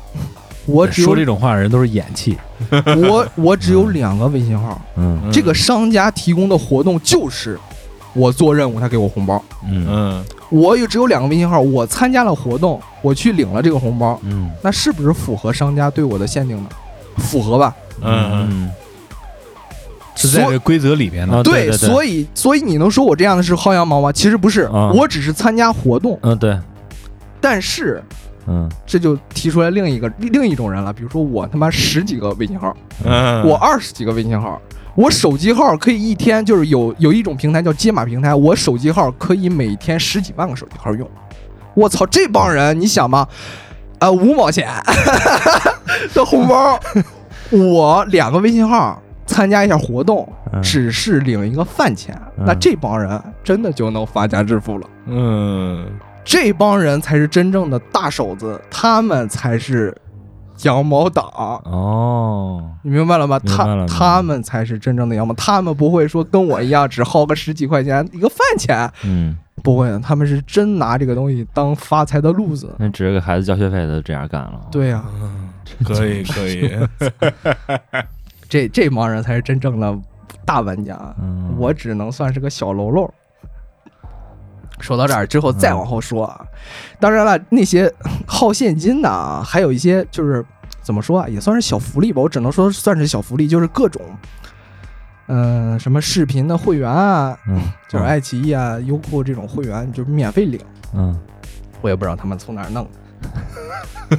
S8: 我只有
S6: 说这种话的人都是演 技，
S8: 我我只有两个微信号，
S7: 嗯
S8: 这个商家提供的活动就是我做任务，他给我红包。
S7: 嗯
S5: 嗯，
S8: 我也只有两个微信号，我参加了活动，我去领了这个红包，
S7: 嗯
S8: 那是不是符合商家对我的限定呢？符合吧？
S5: 嗯
S7: 嗯
S6: 是在
S8: 所
S6: 这嗯规则里边
S7: 啊
S6: 的。
S7: 对对对
S8: 所以所以你能说我这样的是薅羊毛吗？其实不是，
S7: 啊
S8: 我只是参加活动，
S7: 嗯，对，
S8: 但是
S7: 嗯
S8: 这就提出来另一个另一种人了，比如说我他妈十几个微信号，
S5: 嗯，
S8: 我二十几个微信号，我手机号可以一天就是有有一种平台叫接码平台，我手机号可以每天十几万个手机号用。我操，这帮人你想吧，啊、五毛钱 的 红包，我两个微信号参加一下活动，
S7: 嗯
S8: 只是领一个饭钱，
S7: 嗯
S8: 那这帮人真的就能发家致富了。
S5: 嗯，
S8: 这帮人才是真正的大手子，他们才是羊毛党。
S7: 哦，
S8: 你明白了吧？
S7: 明白了明
S8: 他
S7: 白了
S8: 他们才是真正的羊毛，他们不会说跟我一样只薅个十几块钱一个饭钱，
S7: 嗯，
S8: 不会的，他们是真拿这个东西当发财的路子。
S7: 那只是给孩子交学费都这样干了。，
S8: 对啊呀、
S5: 可以可以，
S8: 这这帮人才是真正的大玩家，
S7: 嗯，
S8: 我只能算是个小喽啰。说到这儿之后，再往后说啊，当然了，那些好现金的啊，还有一些就是怎么说啊，也算是小福利吧，我只能说算是小福利，就是各种，嗯、什么视频的会员啊，
S7: 嗯，
S8: 就是爱奇艺啊、优酷这种会员，就是免费领，
S7: 嗯，
S8: 我也不知道他们从哪儿弄 的。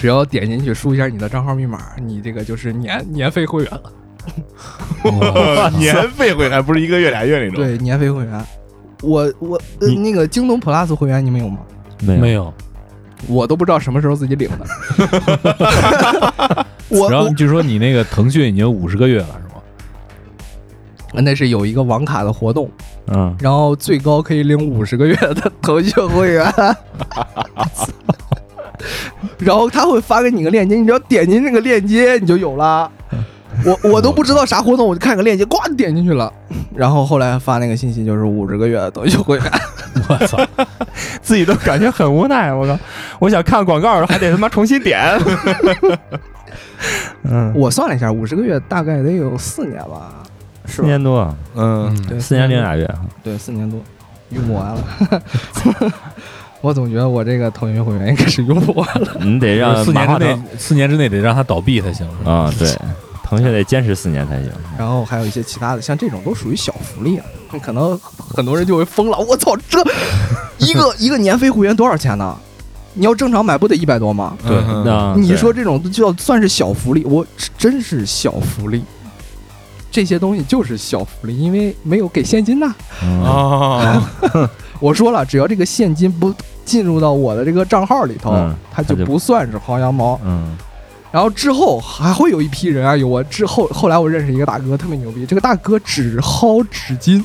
S8: 只要点进去输一下你的账号密码，你这个就是年年费会员了。
S5: 年费会还不是一个月俩月那种。
S8: 对，年费会员。我我、呃
S7: 你
S8: 那个京东 Plus 会员你们有吗？
S7: 没
S6: 没
S7: 有，
S6: 有。
S8: 我都不知道什么时候自己领的。 我
S6: 然后
S8: 我
S6: 据说你那个腾讯已经五十个月了，是吗？
S8: 那是有一个网卡的活动，
S7: 嗯，
S8: 然后最高可以领五十个月的腾讯会员。 然后他会发给你个链接，你只要点进这个链接，你就有了。我我都不知道啥活动，我就看个链接，呱点进去了。然后后来发那个信息就是五十个月的腾讯会员，
S6: 我操！
S7: 自己都感觉很无奈。我靠，我想看广告还得他妈重新点。 嗯，
S8: 我算了一下，五十个月大概得有四年吧，是
S7: 四
S8: 吧？
S7: 年多，
S5: 嗯，
S8: 对，
S7: 四年零俩月。
S8: 对，四年多，用不完了。 我总觉得我这个腾讯会员应该是用不完了。
S7: 你得让
S6: 四
S7: 马
S6: 年
S7: 化
S6: 之
S7: 腾
S6: 内，四年之内得让它倒闭才行。是吧
S7: 啊，对，腾讯得坚持四年才行。
S8: 然后还有一些其他的，像这种都属于小福利、啊，可能很多人就会疯了。我操， 这一个一个年费会员多少钱呢？你要正常买不得一百多吗？
S5: 嗯对
S7: 那
S8: 你说这种就要算是小福利，我真是小福利。这些东西就是小福利，因为没有给现金呐、哦
S7: 啊，
S5: 啊，
S8: 我说了，只要这个现金不进入到我的这个账号里头，
S7: 嗯
S8: 它就
S7: 它就
S8: 不算是薅羊毛。
S7: 嗯
S8: 然后之后还会有一批人啊，有我之后后来我认识一个大哥，特别牛逼，这个大哥只薅纸巾、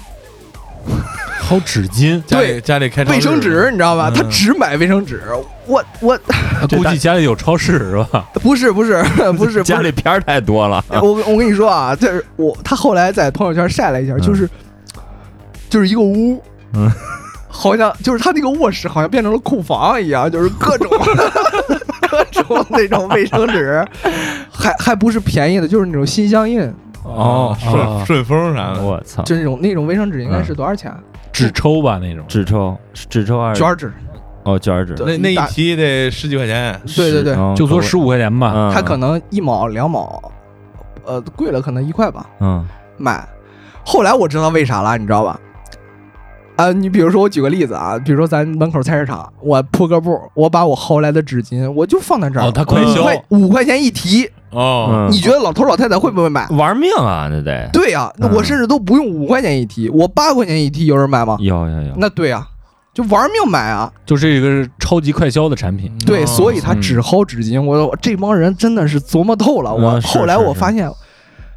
S6: 薅纸巾，
S5: 家里
S8: 对
S5: 家里开超市
S8: 卫生纸，你知道吧？
S5: 嗯
S8: 他只买卫生纸。我我
S6: 他估计家里有超市是吧？
S8: 不是不是 不是不
S7: 家
S8: 是，
S7: 里片儿太多了。
S8: 哎我我跟你说啊，这是我他后来在朋友圈晒了一下，就是、就是一个屋，
S7: 嗯，
S8: 好像就是他那个卧室好像变成了库房一样，就是各种 各种那种卫生纸，还还不是便宜的，就是那种新相印，
S5: 哦，顺
S6: 啊
S5: 顺丰啥的，
S7: 我操，
S8: 就那种那种卫生纸应该是多少钱？啊
S6: 纸抽吧那种。
S7: 只抽只抽二
S8: 卷儿纸，
S7: 哦卷儿纸，
S8: 对
S5: 那那
S8: 一
S5: 一
S8: 大
S5: 提得十几块钱，
S8: 对对对
S1: 嗯
S7: 哦
S6: 就说
S7: 可不
S6: 十五块钱吧，哦
S7: 嗯
S8: 它啊可能一毛两毛，呃，贵了可能一块吧
S7: 嗯
S8: 买。后来我知道为啥了，你知道吧？啊、你比如说我举个例子啊，比如说咱门口菜市场，我铺个布，我把我薅来的纸巾，我就放在这儿，
S6: 哦它快
S8: 五
S5: 销
S8: 块五块钱一提，
S5: 哦，
S7: 嗯
S8: 你觉得老头老太太会不会买？
S7: 玩命啊，那得
S8: 对呀、那我甚至都不用五块钱一提，我八块钱一提，有人买吗？
S7: 有有
S1: 嗯
S7: 有，
S8: 那对呀、就玩命买啊！
S6: 就这个是超级快销的产品。
S8: 对，所以他
S6: 嗯
S8: 只薅纸巾。我我这帮人真的是琢磨透了。我
S7: 嗯是
S8: 后来
S7: 是
S8: 我
S7: 是
S8: 发现，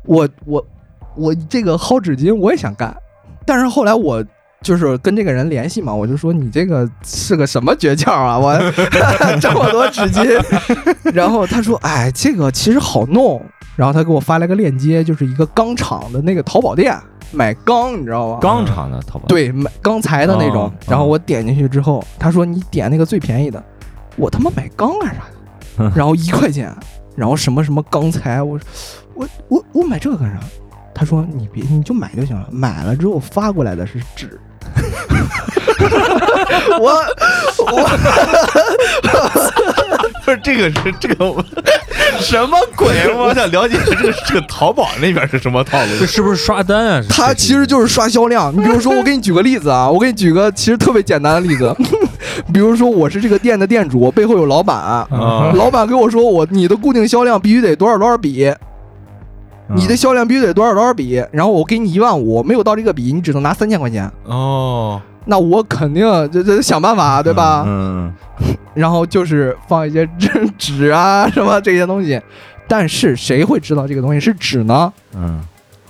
S8: 我我我这个薅纸巾我也想干，但是后来我。就是跟这个人联系嘛，我就说你这个是个什么诀窍啊？ 我这么多纸巾， 然后他说，哎，这个其实好弄。然后他给我发了个链接，就是一个钢厂的那个淘宝店买钢，你知道吗？
S7: 钢厂的淘宝，
S8: 对，买钢材的那种。
S7: 哦
S8: 然后我点进去之后，他说你点那个最便宜的，我他妈买钢啊干啥呀？然后一块钱，然后什么什么钢材，我我我我买这个干啥？他说你别你就买就行了，买了之后发过来的是纸。 我我
S5: 不是 这个是这个我什么鬼？啊我想了解这个这个淘宝那边是什么套
S6: 这
S5: 路？
S6: 是不是刷单啊？
S8: 他其实就是刷销量。你比如说，我给你举个例子啊，我给你举个其实特别简单的例子，比如说我是这个店的店主，我背后有老 板，
S5: 啊
S8: 老板跟我说我你的固定销量必须得多少多少笔，
S7: 嗯
S8: 你的销量必须得多少多少笔，然后我给你一万五，没有到这个笔，你只能拿三千块钱，
S5: 哦，
S8: 那我肯定这这想办法，对吧？
S7: 嗯，
S8: 然后就是放一些纸纸啊什么这些东西，但是谁会知道这个东西是纸呢？
S7: 嗯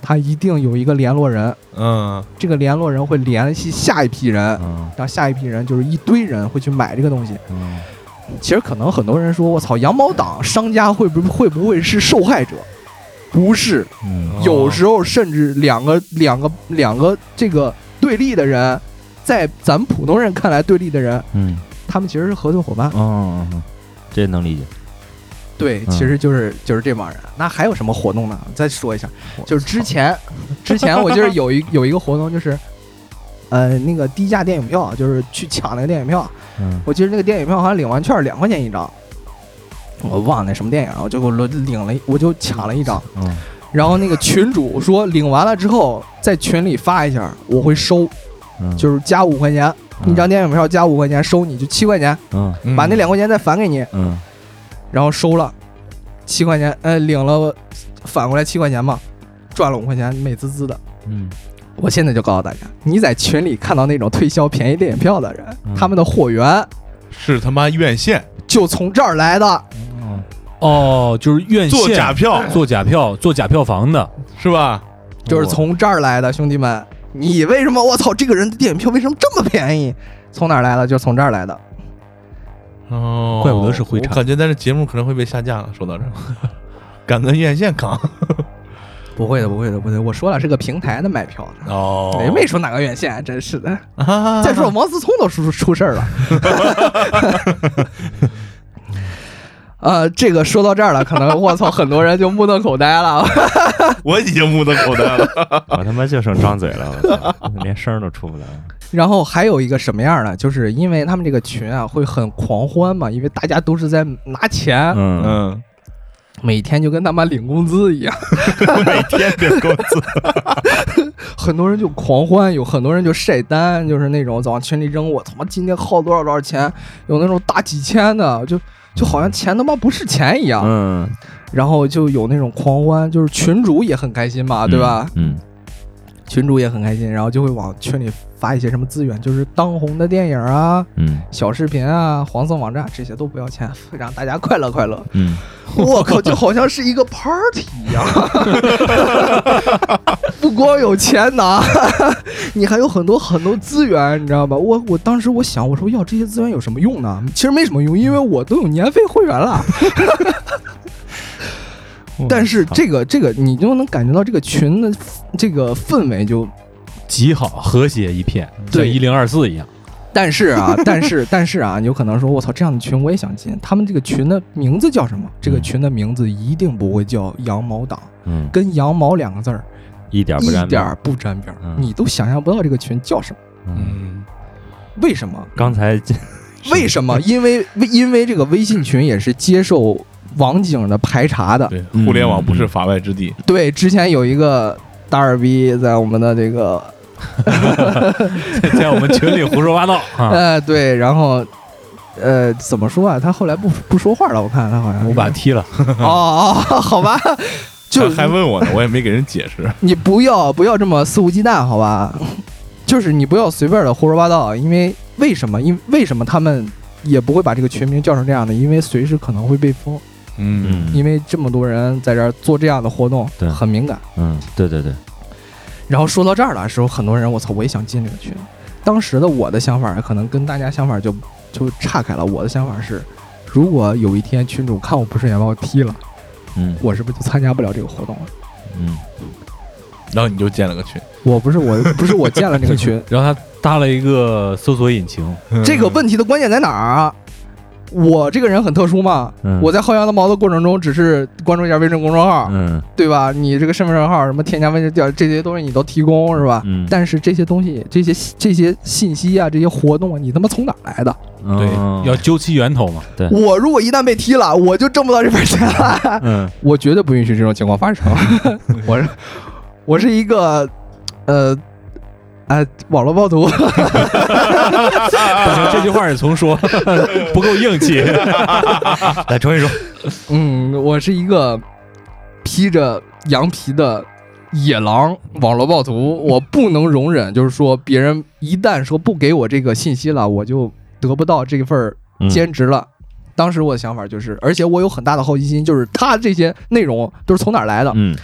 S8: 他一定有一个联络人，
S5: 嗯
S8: 这个联络人会联系下一批人，
S7: 嗯嗯
S8: 然后下一批人就是一堆人会去买这个东西。
S7: 嗯，
S8: 其实可能很多人说，我操，羊毛党商家会不会不会是受害者？不是，
S7: 嗯
S5: 哦
S8: 有时候甚至两个两个两个这个对立的人，在咱们普通人看来对立的人，
S7: 嗯
S8: 他们其实是合作伙伴。
S7: 嗯嗯，这能理解，
S8: 对，
S7: 嗯
S8: 其实就是就是这帮人。那还有什么活动呢？再说一下，就是之前之前我记得有一有一个活动，就是呃那个低价电影票，就是去抢那个电影票。
S6: 嗯
S8: 我记得那个电影票好像领完券两块钱一张，我忘了那什么电影了，我就给我领了一，我就抢了一张。
S6: 嗯
S8: 然后那个群主说领完了之后在群里发一下，我会收，
S6: 嗯，
S8: 就是加五块钱，
S7: 嗯
S1: 嗯
S8: 一张电影票加五块钱收你就七块钱，
S6: 嗯
S5: 嗯
S8: 把那两块钱再返给你，
S6: 嗯
S8: 然后收了七块钱，呃，领了反过来七块钱嘛，赚了五块钱，美滋滋的。
S6: 嗯
S8: 我现在就告诉大家，你在群里看到那种推销便宜电影票的人，
S6: 嗯
S8: 他们的货源
S5: 是他妈院线
S8: 就从这儿来的。
S6: 哦哦，就是院线
S5: 做假票
S6: 做假票做假票房的，
S5: 是吧？
S8: 就是从这儿来的，兄弟们，你为什么我操这个人的电影票为什么这么便宜？从哪儿来的？就从这儿来的。
S5: 哦，
S6: 怪不得是灰产
S5: 我感觉咱这节目可能会被下架了。说到这儿， 敢跟院线扛
S8: 不会的，不会的，不会的。我说了是个平台的卖票的，
S5: 哦
S8: 没没说哪个院线，真是的。
S5: 啊
S8: 再说王思聪都出出事儿了。呃，这个说到这儿了，可能我操，很多人就目瞪口呆了。
S5: 我已经目瞪口呆了。
S1: 我他妈就剩张嘴了，我操连声儿都出不来。
S8: 然后还有一个什么样呢？就是因为他们这个群啊会很狂欢嘛，因为大家都是在拿钱，
S1: 嗯，
S5: 嗯，
S8: 每天就跟他妈领工资一样。
S1: 每天得工资。
S8: 很多人就狂欢，有很多人就晒单，就是那种往群里扔，我他妈今天耗多少多少钱，有那种大几千的，就就好像钱他妈不是钱一样，
S1: 嗯，
S8: 然后就有那种狂欢，就是群主也很开心嘛，啊对吧？
S1: 嗯？
S8: 群主也很开心，然后就会往群里发一些什么资源，就是当红的电影啊、
S1: 嗯
S8: 小视频啊、黄色网站这些都不要钱，让大家快乐快乐。
S1: 嗯
S8: 我靠，就好像是一个 party 一样， 不光有钱拿， 你还有很多很多资源，你知道吧？我我当时我想，我说要这些资源有什么用呢？其实没什么用，因为我都有年费会员了。但是这个这个，你就能感觉到这个群的这个氛围就，
S6: 极好和谐一片，像
S8: 对
S6: 一零二四一样，
S8: 但是啊，但是但是啊，有可能说，我操，这样的群我也想进。他们这个群的名字叫什么？这个群的名字一定不会叫羊毛党。
S1: 嗯，
S8: 跟羊毛两个字儿
S1: 一点儿啊不
S8: 一
S1: 沾边
S8: 点
S1: 儿。
S8: 儿不沾边儿，
S1: 嗯
S8: 你都想象不到这个群叫什么，
S1: 嗯，
S5: 嗯，
S8: 为什么？
S1: 刚才这
S8: 为什 么？因为为因为这个微信群也是接受网警的排查的。
S5: 对，嗯互联网不是法外之地。
S8: 对，之前有一个大二逼在我们的这个
S6: 在我们群里胡说八道啊！
S8: 呃对，然后呃怎么说啊？他后来不不说话了，我看他好像是
S6: 我把他踢了，
S8: 哦哦好 吧，就
S5: 他还问我呢，我也没给人解释。
S8: 你不要不要这么肆无忌惮，好 吧？就是你不要随便的胡说八道，因为为什么？因为什么他们也不会把这个群名叫成这样的？因为随时可能会被封，
S5: 嗯，
S1: 嗯
S8: 因为这么多人在这儿做这样的活动，
S1: 对
S8: 很敏感。
S1: 嗯，对对对，
S8: 然后说到这儿的时候，很多人我操，我也想进这个群。当时的我的想法可能跟大家想法就就岔开了。我的想法是，如果有一天群主看我不顺眼把我踢了，
S1: 嗯
S8: 我是不是就参加不了这个活动了？
S1: 嗯
S5: 然后你就建了个群，
S8: 我不是我不是我建了这个群，
S6: 然后他搭了一个搜索引擎，
S1: 嗯
S8: 这个问题的关键在哪儿啊？我这个人很特殊嘛，
S1: 嗯
S8: 我在薅羊的毛的过程中，只是关注一下微信公众号，
S1: 嗯
S8: 对吧？你这个身份证号、什么添加微信调这些东西你都提供是吧？
S1: 嗯，
S8: 但是这些东西、这些这些信息啊、这些活动啊，你他妈从哪儿来的？
S1: 嗯
S5: 嗯
S6: 对，
S8: 嗯
S6: 要究其源头嘛。
S1: 对
S8: 我如果一旦被踢了，我就挣不到这份钱了，
S1: 嗯
S8: 我绝对不允许这种情况 发生。我是我是一个呃呃网络暴徒，
S6: 不行，这句话得重说， 不够硬气。来，重新说。
S8: 嗯，我是一个披着羊皮的野狼网络暴 徒，我不能容忍，就是说别人一旦说不给我这个信息了，我就得不到这份儿
S1: 嗯
S8: 兼职了。当时我的想法就是，而且我有很大的好奇心，就是他这些内容都是从哪儿来的？
S1: 嗯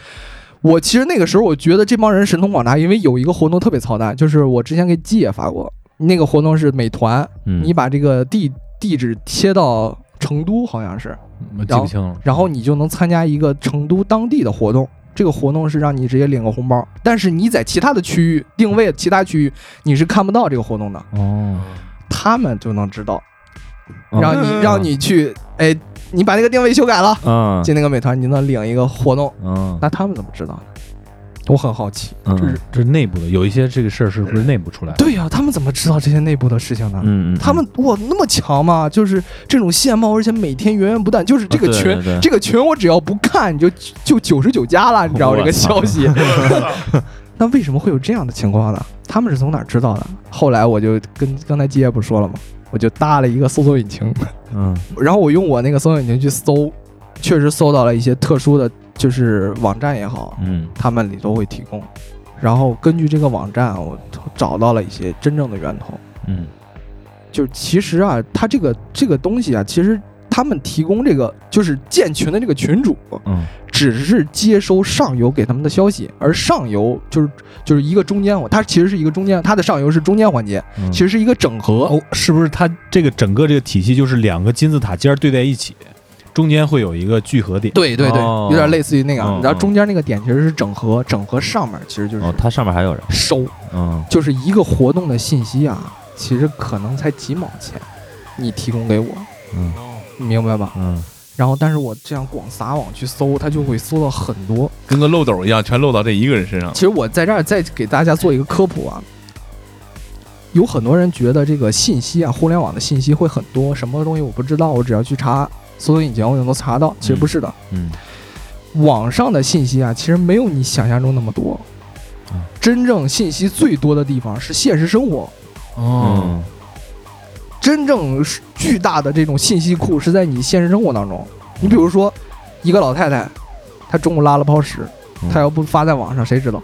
S8: 我其实那个时候我觉得这帮人神通广大，因为有一个活动特别操蛋，就是我之前给季也发过，那个活动是美团，
S1: 嗯，
S8: 你把这个地地址贴到成都，好像是。
S6: 我记不清了。
S8: 然后你就能参加一个成都当地的活动。这个活动是让你直接领个红包，但是你在其他的区域定位其他区域，你是看不到这个活动的，
S1: 哦，
S8: 他们就能知道，
S1: 哦
S8: 让你让你去，哎，你把那个定位修改了，
S1: 嗯
S8: 进那个美团，你能领一个活动，
S1: 嗯
S8: 那他们怎么知道呢？我很好奇。
S6: 嗯
S8: 这是，
S6: 这是内部的，有一些这个事儿是不是内部出来的？
S8: 对呀、他们怎么知道这些内部的事情呢？
S1: 嗯，嗯
S8: 他们哇那么强吗？就是这种线报，而且每天源源不断，就是这个
S1: 啊对
S8: 群，
S1: 对对
S8: 这个群我只要不看，你就就九十九加了，你知道
S1: 我
S8: 这个
S1: 操
S8: 消 息。 那为什么会有这样的情况呢？他们是从哪儿知道的？后来我就跟刚才季爷不说了吗？我就搭了一个搜索引擎，
S1: 嗯
S8: 然后我用我那个搜索引擎去搜，确实搜到了一些特殊的，就是网站也好，
S1: 嗯
S8: 他们里头会提供。然后根据这个网站，我找到了一些真正的源头。
S1: 嗯
S8: 就是其实啊，他这个这个东西啊，其实他们提供这个就是建群的这个群主，
S1: 嗯，
S8: 只是接收上游给他们的消息，而上游就是就是一个中间环，它其实是一个中间，它的上游是中间环节，
S1: 嗯
S8: 其实是一个整合。
S6: 哦，是不是它这个整个这个体系就是两个金字塔尖儿对在一起，中间会有一个聚合点？
S8: 对对对，
S1: 哦
S8: 有点类似于那个，
S1: 嗯
S8: 然后中间那个点其实是整合，整合上面其实就是
S1: 哦，它上面还有人，
S8: 收，
S1: 嗯
S8: 就是一个活动的信息啊，其实可能才几毛钱，你提供给我，
S1: 嗯
S8: 你明白吧？
S1: 嗯，
S8: 然后，但是我这样广撒网去搜，它就会搜到很多。
S5: 跟个漏斗一样，全漏到这一个人身上
S8: 其。实我在这儿再给大家做一个科普啊，有很多人觉得这个信息啊，互联网的信息会很多，什么东西我不知道，我只要去查搜索引擎我就能查到。其实不是的，
S1: 嗯
S8: 网上的信息啊，其实没有你想象中那么多
S1: 嗯。
S8: 真正信息最多的地方是现实生活，
S5: 哦，
S1: 嗯
S8: 真正是巨大的这种信息库是在你现实生活当中。你比如说，一个老太太，她中午拉了泡屎
S1: 嗯，
S8: 她要不发在网上，谁知道？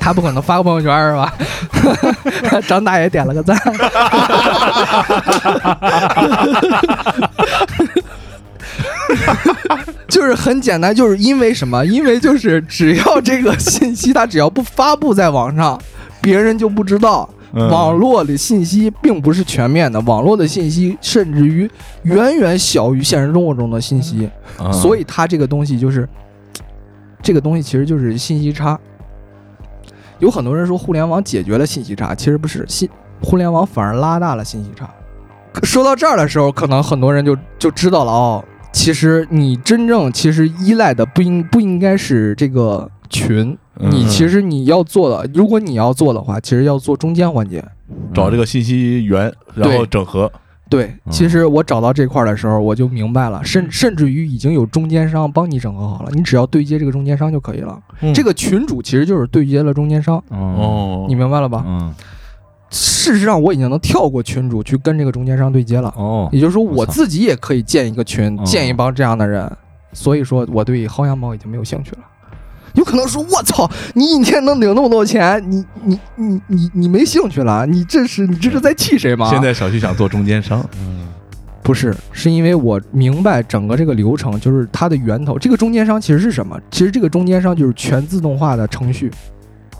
S8: 她不可能发个朋友圈是吧？ 张大爷点了个赞。就是很简单，就是因为什么？因为就是只要这个信息，它只要不发布在网上，别人就不知道。
S5: 嗯
S8: 网络的信息并不是全面的，网络的信息甚至于远远小于现实生活中的信息，所
S5: 以
S8: 以它这个东西就是，这个东西其实就是信息差。有很多人说互联网解决了信息差，其实不是，信互联网反而拉大了信息差。可说到这儿的时候，可能很多人就就知道了哦，其实你真正其实依赖的不应不应该是这个群，
S5: 嗯
S8: 你其实你要做的，如果你要做的话，其实要做中间环节。
S5: 嗯找这个信息源，然后
S8: 对
S5: 整合。
S8: 对，其实我找到这块儿的时候，我就明白了，甚甚至于已经有中间商帮你整合好了，你只要对接这个中间商就可以了。
S5: 嗯
S8: 这个群主其实就是对接了中间商，
S1: 哦
S5: 哦
S8: 你明白了吧？
S1: 嗯
S8: 事实上，我已经能跳过群主去跟这个中间商对接了，
S1: 哦
S8: 也就是说，
S1: 我
S8: 我
S1: 操
S8: 自己也可以建一个群，
S1: 哦
S8: 建一帮这样的人。所以说，我对薅羊毛已经没有兴趣了。有可能说，我操，你一天能领那么多钱，你你你你你没兴趣了？你这是你这是在气谁吗？
S5: 现在小旭想做中间商，
S1: 嗯
S8: 不是，是因为我明白整个这个流程，就是它的源头。这个中间商其实是什么？其实这个中间商就是全自动化的程序。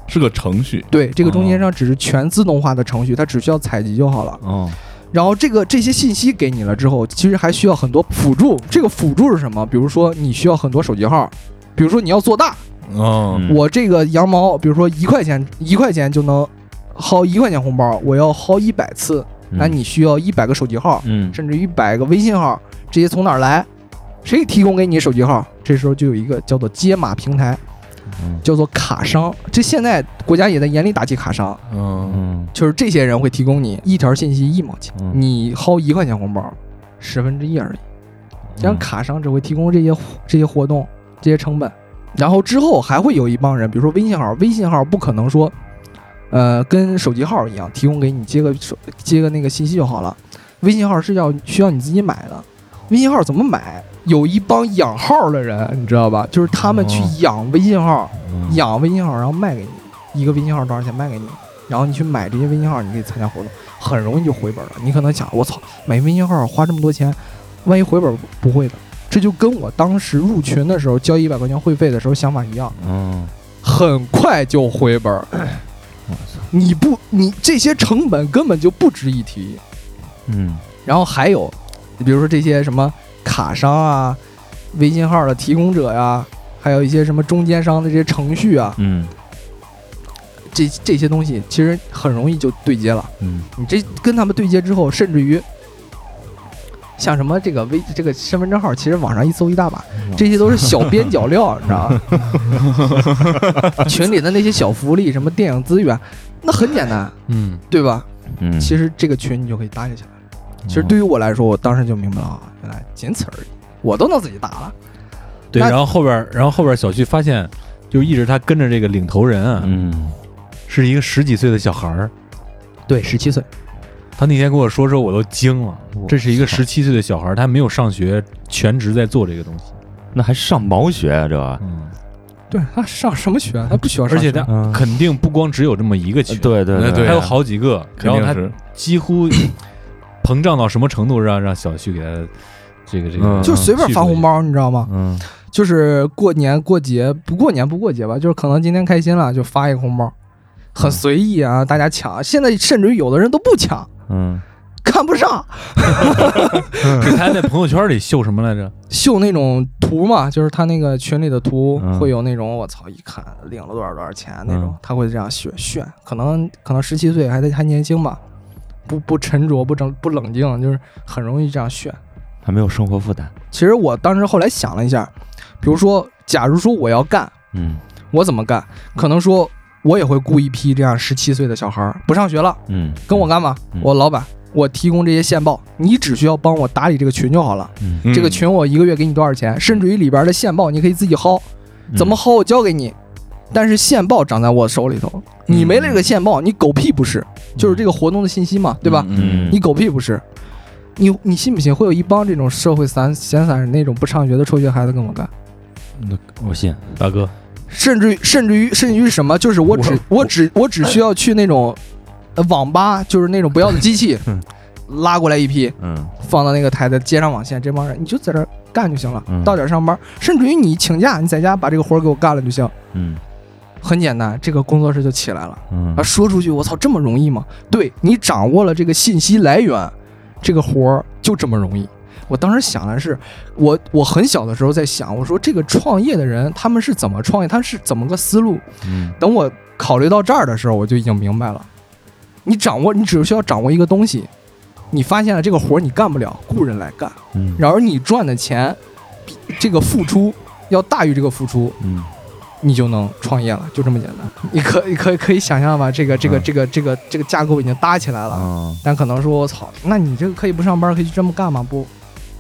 S5: 是个程序。
S8: 对，这个中间商只是全自动化的程序，它只需要采集就好了。
S1: 哦
S8: 然后这个这些信息给你了之后，其实还需要很多辅助。这个辅助是什么？比如说你需要很多手机号，比如说你要做大，
S5: 哦
S1: 嗯
S8: 我这个羊毛，比如说一块钱一块钱就能薅一块钱红包，我要薅一百次，那你需要一百个手机号。
S1: 嗯
S8: 甚至一百个微信号，这些从哪儿来？谁提供给你手机号？这时候就有一个叫做接码平台
S1: 嗯，
S8: 叫做卡商。这现在国家也在严厉打击卡商，
S5: 嗯
S1: 嗯
S8: 就是这些人会提供你一条信息一毛钱，
S1: 嗯
S8: 你薅一块钱红包，十分之一而已。像卡商只会提供这些这些活动、这些成本，然后之后还会有一帮人，比如说微信号，微信号不可能说，呃，跟手机号一样提供给你接个手接个那个信息就好了，微信号是要需要你自己买的，微信号怎么买？有一帮养号的人，你知道吧？就是他们去
S5: 哦
S8: 养微信号，
S1: 嗯
S8: 养微信号，然后卖给你一个微信号多少钱卖给你，然后你去买这些微信号，你可以参加活动，很容易就回本了。你可能想，我操，买微信号花这么多钱，万一回本不不会的，这就跟我当时入群的时候交一百块钱会费的时候想法一样，
S1: 嗯
S8: 很快就回本。你不，你这些成本根本就不值一提。
S1: 嗯
S8: 然后还有，比如说这些什么卡商啊、微信号的提供者呀、还有一些什么中间商的这些程序啊，
S1: 嗯
S8: 这这些东西其实很容易就对接了。
S1: 嗯
S8: 你这跟他们对接之后，甚至于像什么这个微这个身份证号，其实网上一搜一大把，
S1: 嗯
S8: 这些都是小边角料，你知道吗？ 群里的那些小福利，什么电影资源，那很简单，
S6: 嗯，
S8: 对吧？
S1: 嗯，
S8: 其实这个群你就可以搭就起来了。其实对于我来说，我当时就明白了啊，原来仅此而已，我都能自己打了。
S6: 对，
S8: 那
S6: 然后后边儿，然后后边儿小旭发现，就一直他跟着这个领头人啊，
S1: 嗯，
S6: 是一个十几岁的小孩儿。
S8: 对，十七岁，
S6: 他那天跟我说说，我都惊了，这是一个十七岁的小孩儿，他没有上学，全职在做这个东西。
S1: 那还上毛学啊，这玩意
S6: 嗯，
S8: 对他上什么学？啊他不需要
S6: 而且他
S1: 嗯
S6: 肯定不光只有这么一个群，
S1: 儿，对对
S5: 那对
S6: 还有
S5: 啊
S6: 好几个，
S5: 肯
S6: 然后
S5: 定
S6: 他
S5: 是
S6: 几乎 膨胀到什么程度，让让小旭给他这个这个
S1: 嗯，
S8: 就随便发红。包，你知道吗？
S1: 嗯，
S8: 就是过年过节，不过年不过节吧，就是可能今天开心了就发一个红包，很随意啊，大家抢。现在甚至于有的人都不抢，
S1: 嗯，
S8: 看不上，
S6: 对他还在朋友圈里秀什么来着？
S8: 秀那种图嘛，就是他那个群里的图
S1: 嗯
S8: 会有那种我操，一看领了多少多少钱那种
S1: 嗯，
S8: 他会这样炫炫。可能可能十七岁还在还年轻吧，不不沉着不整不冷静，就是很容易这样炫。
S1: 还没有生活负担，
S8: 其实我当时后来想了一下，比如说，假如说我要干，
S1: 嗯
S8: 我怎么干？可能说我也会雇一批这样十七岁的小孩儿，不上学了，
S1: 嗯，
S8: 跟我干吧
S1: 嗯，
S8: 我老板，我提供这些线报，你只需要帮我打理这个群就好了。
S1: 嗯，
S8: 这个群我一个月给你多少钱，甚至于里边的线报你可以自己薅，
S1: 嗯
S8: 怎么薅我交给你，但是线报长在我手里头，
S1: 嗯
S8: 你没了这个线报，你狗屁不是，就是这个活动的信息嘛，对吧？
S1: 嗯
S8: 你狗屁不是，你你信不信会有一帮这种社会散闲散人那种不上学的辍学孩子跟我干？
S1: 我信，
S6: 大哥，
S8: 甚至于甚至于甚至于什么？就是我只我只我只需要去那种呃网吧，就是那种不要的机器
S1: 嗯，
S8: 拉过来一批，
S1: 嗯
S8: 放到那个台的接上网线，这帮人你就在这儿干就行了
S1: 嗯，
S8: 到点儿上班，甚至于你请假，你在家把这个活儿给我干了就行，
S1: 嗯
S8: 很简单，这个工作室就起来了。
S1: 嗯
S8: 啊，，说出去，我操，这么容易吗？对你掌握了这个信息来源，这个活儿就这么容易。我当时想的是，我我很小的时候在想，我说这个创业的人他们是怎么创业，他是怎么个思路？
S1: 嗯
S8: 等我考虑到这儿的时候，我就已经明白了。你掌握，你只需要掌握一个东西，你发现了这个活儿你干不了，雇人来干，
S1: 嗯
S8: 然而你赚的钱比这个付出要大于这个付出，
S1: 嗯，
S8: 你就能创业了，就这么简单。你可你可以可以想象吧，这个这个
S1: 嗯
S8: 这个这个这个架构已经搭起来了，
S1: 啊，
S8: 但可能说我操，那你这个可以不上班，可以就这么干吗？不，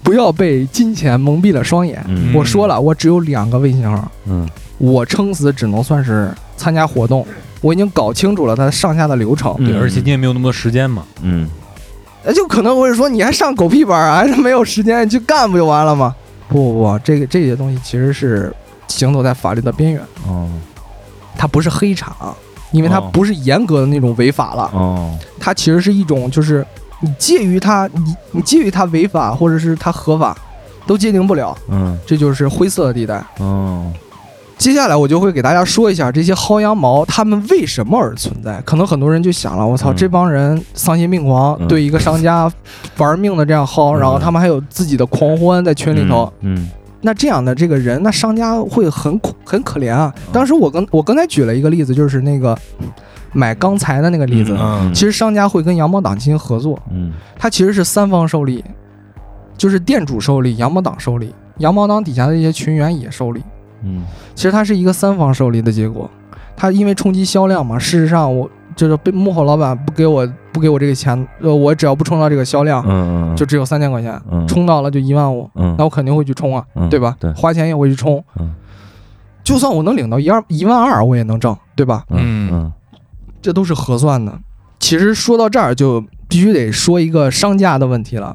S8: 不要被金钱蒙蔽了双眼。
S1: 嗯
S8: 我说了，我只有两个微信号，
S1: 嗯
S8: 我撑死只能算是参加活动。我已经搞清楚了它上下的流程，
S1: 嗯
S6: 对，而且你也没有那么多时间嘛。
S1: 嗯
S8: 呃就可能会说你还上狗屁班啊，还是没有时间去干不就完了吗？
S1: 嗯
S8: 不不不，这个这些东西其实是行走在法律的边缘。
S1: 哦
S8: 它不是黑场，因为它
S1: 哦
S8: 不是严格的那种违法了，
S1: 哦，
S8: 它其实是一种就是你介于它你你介于它违法或者是它合法，都界定不了，
S1: 嗯
S8: 这就是灰色的地带。
S1: 哦，
S8: 接下来我就会给大家说一下这些薅羊毛他们为什么而存在。可能很多人就想了，我操，
S1: 嗯
S8: 这帮人丧心病狂，
S1: 嗯
S8: 对一个商家玩命的这样薅，
S1: 嗯
S8: 然后他们还有自己的狂欢在群里头。
S1: 嗯，
S8: 那这样的这个人，那商家会很苦很可怜啊。
S1: 嗯
S8: 当时我跟我刚才举了一个例子，就是那个买钢材的那个例子，
S5: 嗯
S8: 其实商家会跟羊毛党进行合作，
S1: 嗯
S8: 它其实是三方受力，就是店主受力，羊毛党受力，羊毛党底下的一些群员也受力。
S1: 嗯
S8: 其实它是一个三方受力的结果。它因为冲击销量嘛，事实上我就是被幕后老板不给我不给我这个钱，呃，我只要不冲到这个销量，
S1: 嗯，
S8: 就只有三千块钱，
S1: 嗯
S8: 冲到了就一万五，
S1: 嗯
S8: 那我肯定会去冲啊。
S1: 嗯
S8: 对吧？
S1: 对
S8: 花钱也会去冲。
S1: 嗯
S8: 就算我能领到一二一万二，我也能挣，对吧？
S1: 嗯嗯
S8: 这都是核算的。其实说到这儿，就必须得说一个商家的问题了。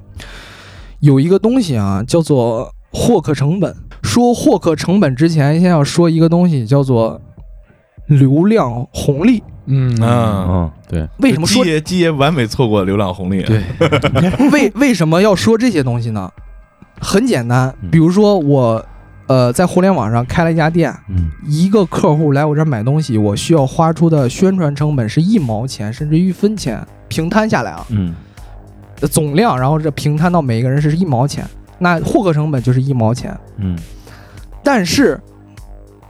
S8: 有一个东西啊，叫做获客成本。说获客成本之前，先要说一个东西，叫做流量红利。
S6: 嗯
S5: 嗯，
S1: 嗯，对，
S8: 为什么说
S5: 基爷基爷完美错过流浪红利？
S6: 对，
S8: 为为什么要说这些东西呢？很简单
S1: 嗯，
S8: 比如说我，呃，在互联网上开了一家店，
S1: 嗯
S8: 一个客户来我这儿买东西，我需要花出的宣传成本是一毛钱，甚至一分钱，平摊下来啊，
S1: 嗯
S8: 呃总量，然后这平摊到每一个人是一毛钱，那获客成本就是一毛钱。
S1: 嗯
S8: 但是，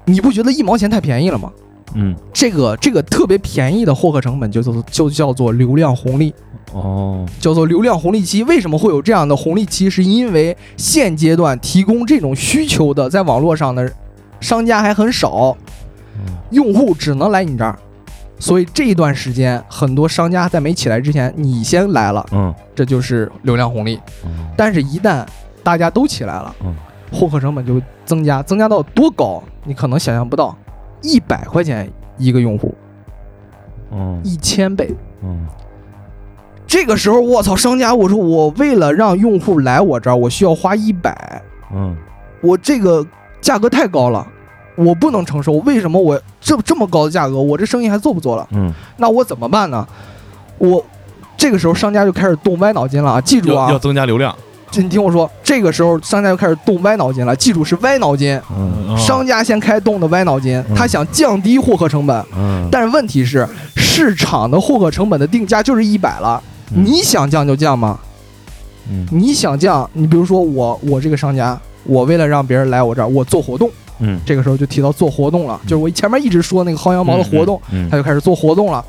S8: 你不觉得一毛钱太便宜了吗？
S1: 嗯
S8: 这个这个特别便宜的获客成本就叫做就叫做流量红利，
S1: 哦，
S8: 叫做流量红利期。为什么会有这样的红利期？是因为现阶段提供这种需求的，在网络上的商家还很少，用户只能来你这儿。所以这一段时间，很多商家在没起来之前，你先来了，
S1: 嗯，
S8: 这就是流量红利。
S1: 哦
S8: 但是，一旦大家都起来了
S1: 嗯，
S8: 获客成本就增加，增加到多高，你可能想象不到，一百块钱一个用户，
S1: 哦，
S8: 一千倍。
S1: 嗯，
S8: 这个时候，我操，商家，我说我为了让用户来我这儿，我需要花一百，
S1: 嗯，
S8: 我这个价格太高了，我不能承受。为什么我这这么高的价格，我这生意还做不做了？
S1: 嗯，
S8: 那我怎么办呢？我这个时候商家就开始动歪脑筋了啊！记住
S5: 要要
S8: 啊，
S5: 增加流量，
S8: 这你听我说，这个时候商家就开始动歪脑筋了，记住是歪脑筋。
S1: 嗯，
S5: 啊
S8: 商家先开动的歪脑筋，他想降低获客成本，
S1: 嗯，
S8: 但是问题是，市场的获客成本的定价就是一百了，
S1: 嗯
S8: 你想降就降吗？
S1: 嗯
S8: 你想降，你比如说我，我这个商家，我为了让别人来我这儿，我做活动，
S1: 嗯，
S8: 这个时候就提到做活动了，就是我前面一直说那个薅羊毛的活动，
S1: 嗯，
S8: 他就开始做活动了，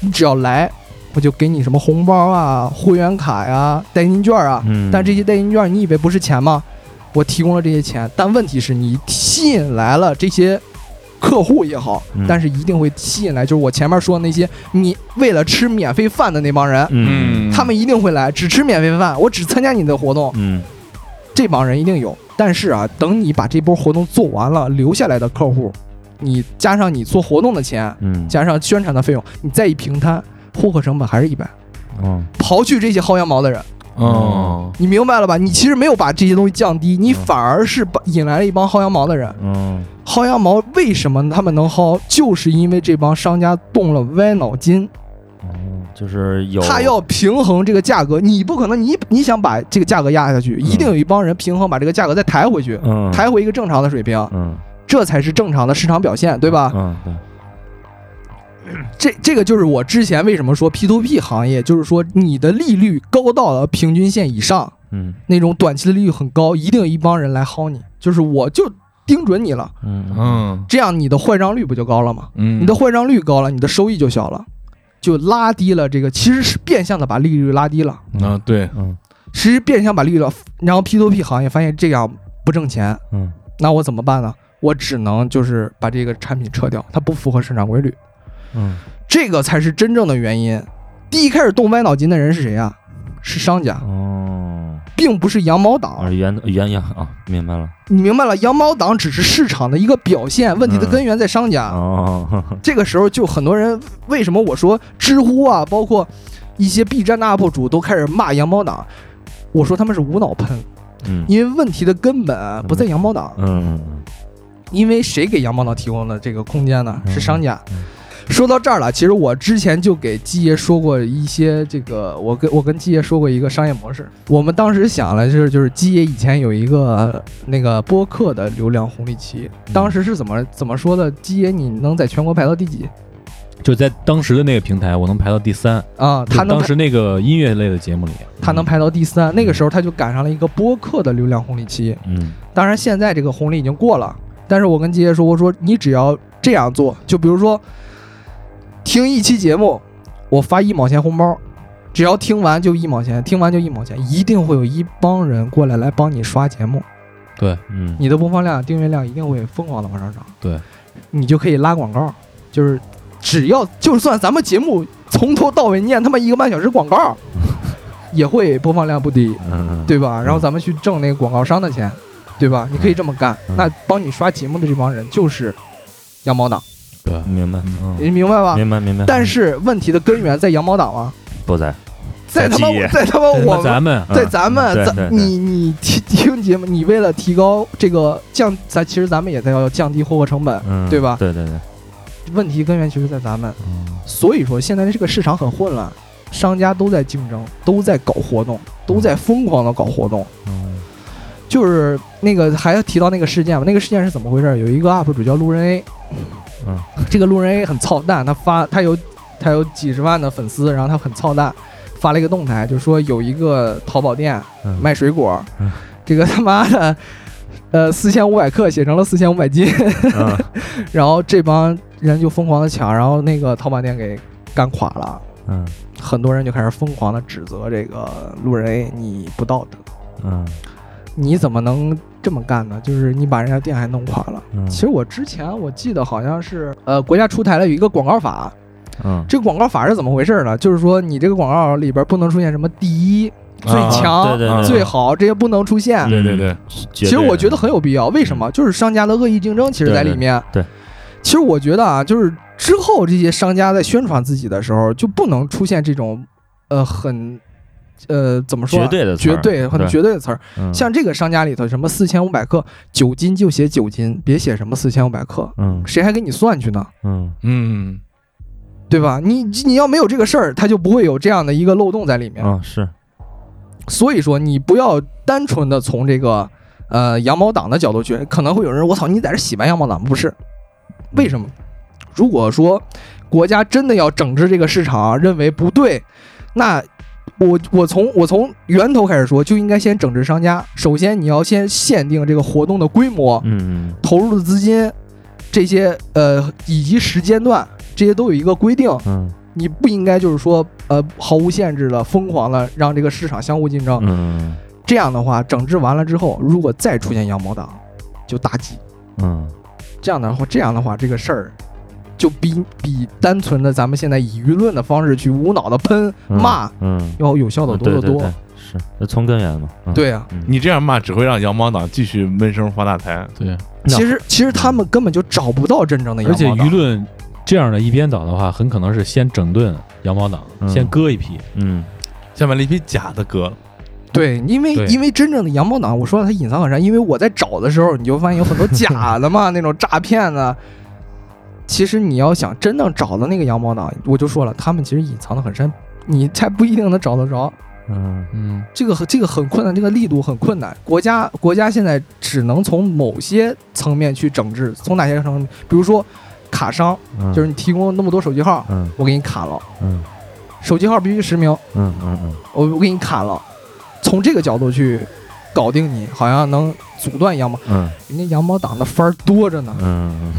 S8: 你只要来，我就给你什么红包啊、会员卡呀、代金券啊，
S1: 嗯，
S8: 但这些代金券，你以为不是钱吗？我提供了这些钱，但问题是你吸引来了这些客户也好，
S1: 嗯
S8: 但是一定会吸引来，就是我前面说的那些你为了吃免费饭的那帮人，
S1: 嗯，
S8: 他们一定会来，只吃免费饭，我只参加你的活动，
S1: 嗯，
S8: 这帮人一定有。但是啊，等你把这波活动做完了，留下来的客户，你加上你做活动的钱，
S1: 嗯，
S8: 加上宣传的费用，你再一平摊，获客成本还是一百，
S1: 哦，
S8: 刨去这些薅羊毛的人。
S5: 哦，
S8: 你明白了吧？你其实没有把这些东西降低，你反而是把引来了一帮薅羊毛的人。
S1: 嗯，
S8: 薅羊毛为什么他们能薅？就是因为这帮商家动了歪脑筋，
S1: 哦，就是有
S8: 他要平衡这个价格。你不可能你，你想把这个价格压下去，一定有一帮人平衡把这个价格再抬回去，
S1: 嗯，
S8: 抬回一个正常的水平，
S1: 嗯，
S8: 这才是正常的市场表现，对吧？
S1: 嗯，对，
S8: 这这个就是我之前为什么说 P to P 行业，就是说你的利率高到了平均线以上，
S1: 嗯，
S8: 那种短期的利率很高，一定有一帮人来薅你，就是我就盯准你了，
S1: 嗯，
S5: 嗯
S8: 这样你的坏账率不就高了吗？
S5: 嗯，
S8: 你的坏账率高了，你的收益就小了，就拉低了这个，其实是变相的把利率拉低了，
S5: 啊，对，
S1: 嗯，
S8: 其实变相把利率了，然后 P to P 行业发现这样不挣钱，
S1: 嗯，
S8: 那我怎么办呢？我只能就是把这个产品撤掉，它不符合市场规律，
S1: 嗯，
S8: 这个才是真正的原因。第一开始动歪脑筋的人是谁呀？是商家，
S1: 哦，
S8: 并不是羊毛党。
S1: 啊，原原样啊，明白了，
S8: 你明白了，羊毛党只是市场的一个表现，问题的根源在商家。
S1: 哦，
S8: 这个时候就很多人，为什么我说知乎啊，包括一些 B 站的 UP 主都开始骂羊毛党，我说他们是无脑喷，
S1: 嗯，
S8: 因为问题的根本啊不在羊毛党，
S1: 嗯，
S8: 因为谁给羊毛党提供的这个空间呢？
S1: 嗯
S8: 是商家
S1: 嗯。
S8: 说到这儿了，其实我之前就给基爷说过一些这个，我跟我跟基爷说过一个商业模式。我们当时想了，就是就是基爷以前有一个呃那个播客的流量红利期，
S1: 嗯
S8: 当时是怎么怎么说的？基爷你能在全国排到第几
S1: 就在当时的那个平台，我能排到第三，
S8: 啊？他
S1: 就
S8: 能
S1: 当
S8: 排
S1: 时那个音乐类的节目里，
S8: 他能，排到第三，那个时候他就赶上了一个播客的流量红利期。
S1: 嗯，
S8: 当然现在这个红利已经过了，但是我跟季爷说，我说你只要这样做，就比如说听一期节目，我发一毛钱红包，只要听完就一毛钱，听完就一毛钱，一定会有一帮人过来来帮你刷节目，
S1: 对，嗯，
S8: 你的播放量、订阅量一定会疯狂的往上涨。
S1: 对，
S8: 你就可以拉广告，就是只要就算咱们节目从头到尾念他妈一个半小时广告，也会播放量不低。
S1: 嗯，
S8: 对吧？然后咱们去挣那个广告商的钱，对吧？你可以这么干。
S1: 嗯
S8: 那帮你刷节目的这帮人就是羊毛党，
S1: 对，嗯明白，
S8: 你明白吧？
S1: 明白，明白，
S8: 啊但是问题的根源在羊毛党吗？
S9: 不在，
S8: 在他妈
S9: 在基业
S8: 在他妈
S1: 对
S8: 哦我
S1: 那
S8: 们
S1: 咱们，
S6: 嗯
S1: 嗯
S8: 在咱们
S9: 对对
S8: 咱
S9: 对
S8: 你你听听节目，你为了提高这个降，咱其实咱们也在要降低获客成本。
S1: 嗯，
S8: 对吧
S1: 对对对，
S8: 问题根源其实在咱们，
S1: 嗯
S8: 所以说现在这个市场很混乱，商家都在竞争，都在搞活动，都在疯狂的搞活动。
S1: 嗯
S8: 就是那个还要提到那个事件嘛，那个事件是怎么回事？有一个 UP 主叫路人 A，
S1: 嗯，
S8: 这个路人 A 很操蛋，他发他有他有几十万的粉丝，然后他很操蛋，发了一个动态，就说有一个淘宝店
S1: 嗯
S8: 卖水果，
S1: 嗯
S8: 这个他妈的，呃，四千五百克写成了四千五百斤，然后这帮人就疯狂的抢，然后那个淘宝店给干垮了。
S1: 嗯
S8: 很多人就开始疯狂的指责这个路人 A 你不道德，
S1: 嗯
S8: 你怎么能这么干呢？就是你把人家店还弄垮了。
S1: 嗯，
S8: 其实我之前我记得好像是，呃，国家出台了有一个广告法，
S1: 嗯
S8: 这个广告法是怎么回事呢？就是说你这个广告里边不能出现什么第一、最
S5: 啊
S8: 强、
S1: 对对
S5: 对
S8: 最好这些不能出现。
S5: 对对对，
S1: 其
S8: 其实我觉得很有必要，为什么？就是商家的恶意竞争，其实在里面。
S1: 嗯对对对
S8: 其实我觉得啊，就是之后这些商家在宣传自己的时候，就不能出现这种，呃，很，呃，怎么说啊、
S1: 绝对的词儿
S8: 绝对很
S1: 对
S8: 绝对的词儿。
S1: 嗯
S8: 像这个商家里头，什么四千五百克酒精就写酒精，别写什么四千五百克，
S1: 嗯
S8: 谁还给你算去呢？
S1: 嗯
S5: 嗯，
S8: 对吧？你你要没有这个事儿，它就不会有这样的一个漏洞在里面。
S1: 嗯是
S8: 所以说，你不要单纯的从这个呃羊毛党的角度去，可能会有人我操，你在这洗白羊毛党不是？为什么？如果说国家真的要整治这个市场，认为不对，那我我从我从源头开始说，就应该先整治商家。首先，你要先限定这个活动的规模、
S1: 嗯嗯
S8: 投入的资金，这些呃以及时间段，这些都有一个规定。
S1: 嗯
S8: 你不应该就是说呃毫无限制的、疯狂的让这个市场相互竞争。
S1: 嗯
S8: 这样的话，整治完了之后，如果再出现羊毛党，就打击。
S1: 嗯
S8: 这样的话，这样的话，这个事儿就比比单纯的咱们现在以舆论的方式去无脑的喷
S1: 嗯
S8: 骂
S1: 嗯
S8: 要有效的多得
S1: 对对
S8: 多。
S1: 对是那从根源嘛嗯
S8: 对啊，
S1: 嗯
S5: 你这样骂只会让羊毛党继续闷声发大财。
S6: 对，
S1: 那
S8: 其实其实他们根本就找不到真正的羊
S6: 而
S8: 毛
S6: 且
S8: 党，
S6: 舆论这样的一边倒的话，很可能是先整顿羊毛党，
S1: 嗯
S6: 先割一批。
S1: 嗯
S5: 先把那批假的割了，
S8: 对，因为
S6: 对
S8: 因为真正的羊毛党，我说了它隐藏很深，因为我在找的时候，你就发现有很多假的嘛，那种诈骗的。其实你要想真正找的那个羊毛党，我就说了，他们其实隐藏的很深，你才不一定能找得着。
S1: 嗯
S6: 嗯，
S8: 这个这个很困难，这个力度很困难。国家国家现在只能从某些层面去整治，从哪些层面？比如说卡商，
S1: 嗯
S8: 就是你提供那么多手机号，
S1: 嗯
S8: 我给你卡了，
S1: 嗯
S8: 手机号必须实名，
S1: 嗯嗯嗯
S8: 我我给你卡了。从这个角度去搞定你，好像能阻断羊毛。
S1: 嗯
S8: 人家羊毛党的番儿多着呢，
S1: 嗯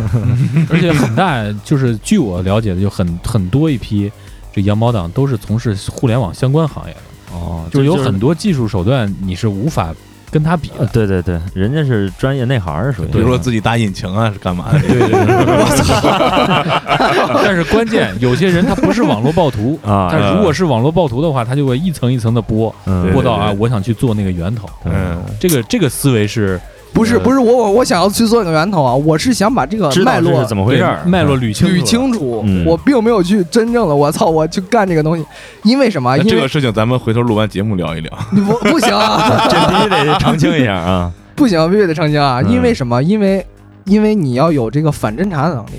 S6: 而且很大，就是据我了解的，就很很多一批这羊毛党都是从事互联网相关行业的，
S1: 哦
S6: 就
S1: 这
S6: 有
S1: 是
S6: 很多技术手段你是无法跟他比
S1: 呃
S6: 的。
S1: 对对对，人家是专业内行儿属于
S5: 比如说
S1: 嗯
S5: 自己搭引擎啊，是干嘛的？
S6: 对对对，但是关键有些人他不是网络暴徒，
S1: 啊
S6: 他如果是网络暴徒的话，他就会一层一层的剥
S1: 嗯
S6: 剥到啊
S5: 对对，对
S6: 我想去做那个源头。
S5: 嗯，
S6: 这个这个思维是
S8: 不是
S6: 呃
S8: 不是我我我想要去做那个源头啊，我是想把这个
S1: 知道
S8: 脉
S1: 这
S8: 络
S1: 是怎么回事儿
S6: 对脉络捋清楚了
S8: 捋清楚
S1: 嗯，
S8: 我并没有去真正的我操我去干这个东西，因为什么？
S5: 那
S8: 啊因
S5: 这
S8: 为
S5: 个事情咱们回头录完节目聊一聊。
S8: 你不不行 啊，
S1: 这必须得澄清一下啊。
S8: 不行，必须得澄清啊！
S1: 嗯
S8: 因为什么？因为因为你要有这个反侦查的能力。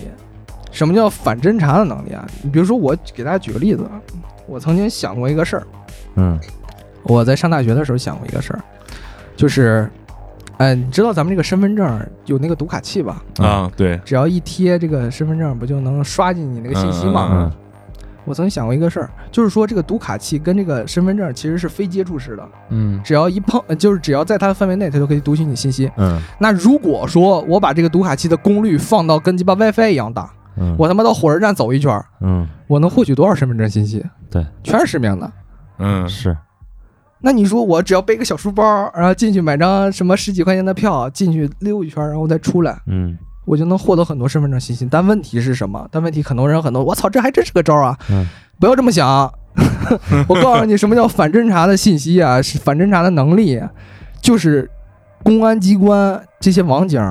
S8: 什么叫反侦查的能力啊？你比如说，我给大家举个例子，啊，我曾经想过一个事儿，
S1: 嗯
S8: 我在上大学的时候想过一个事儿，就是，哎，你知道咱们这个身份证有那个读卡器吧？
S5: 啊，对，
S8: 只要一贴这个身份证，不就能刷进你那个信息
S5: 嗯
S8: 吗？
S1: 嗯
S8: 我曾经想过一个事儿，就是说这个读卡器跟这个身份证其实是非接触式的，
S6: 嗯
S8: 只要一碰，呃就是只要在它的范围内，它就可以读取你信息。
S1: 嗯
S8: 那如果说我把这个读卡器的功率放到跟鸡巴 WiFi 一样大，
S1: 嗯，
S8: 我他妈到火车站走一圈儿，
S1: 嗯
S8: 我能获取多少身份证信息？
S1: 对，
S8: 全是实名的。
S5: 嗯，
S1: 是
S8: 那你说我只要背个小书包，然后进去买张什么十几块钱的票，进去溜一圈儿，然后再出来，
S1: 嗯
S8: 我就能获得很多身份证信息。但问题是什么？但问题很多人很多，我操，这还真是个招儿啊！
S1: 嗯
S8: 不要这么想， 我告诉你什么叫反侦查的信息啊，是反侦查的能力，就是公安机关这些网警，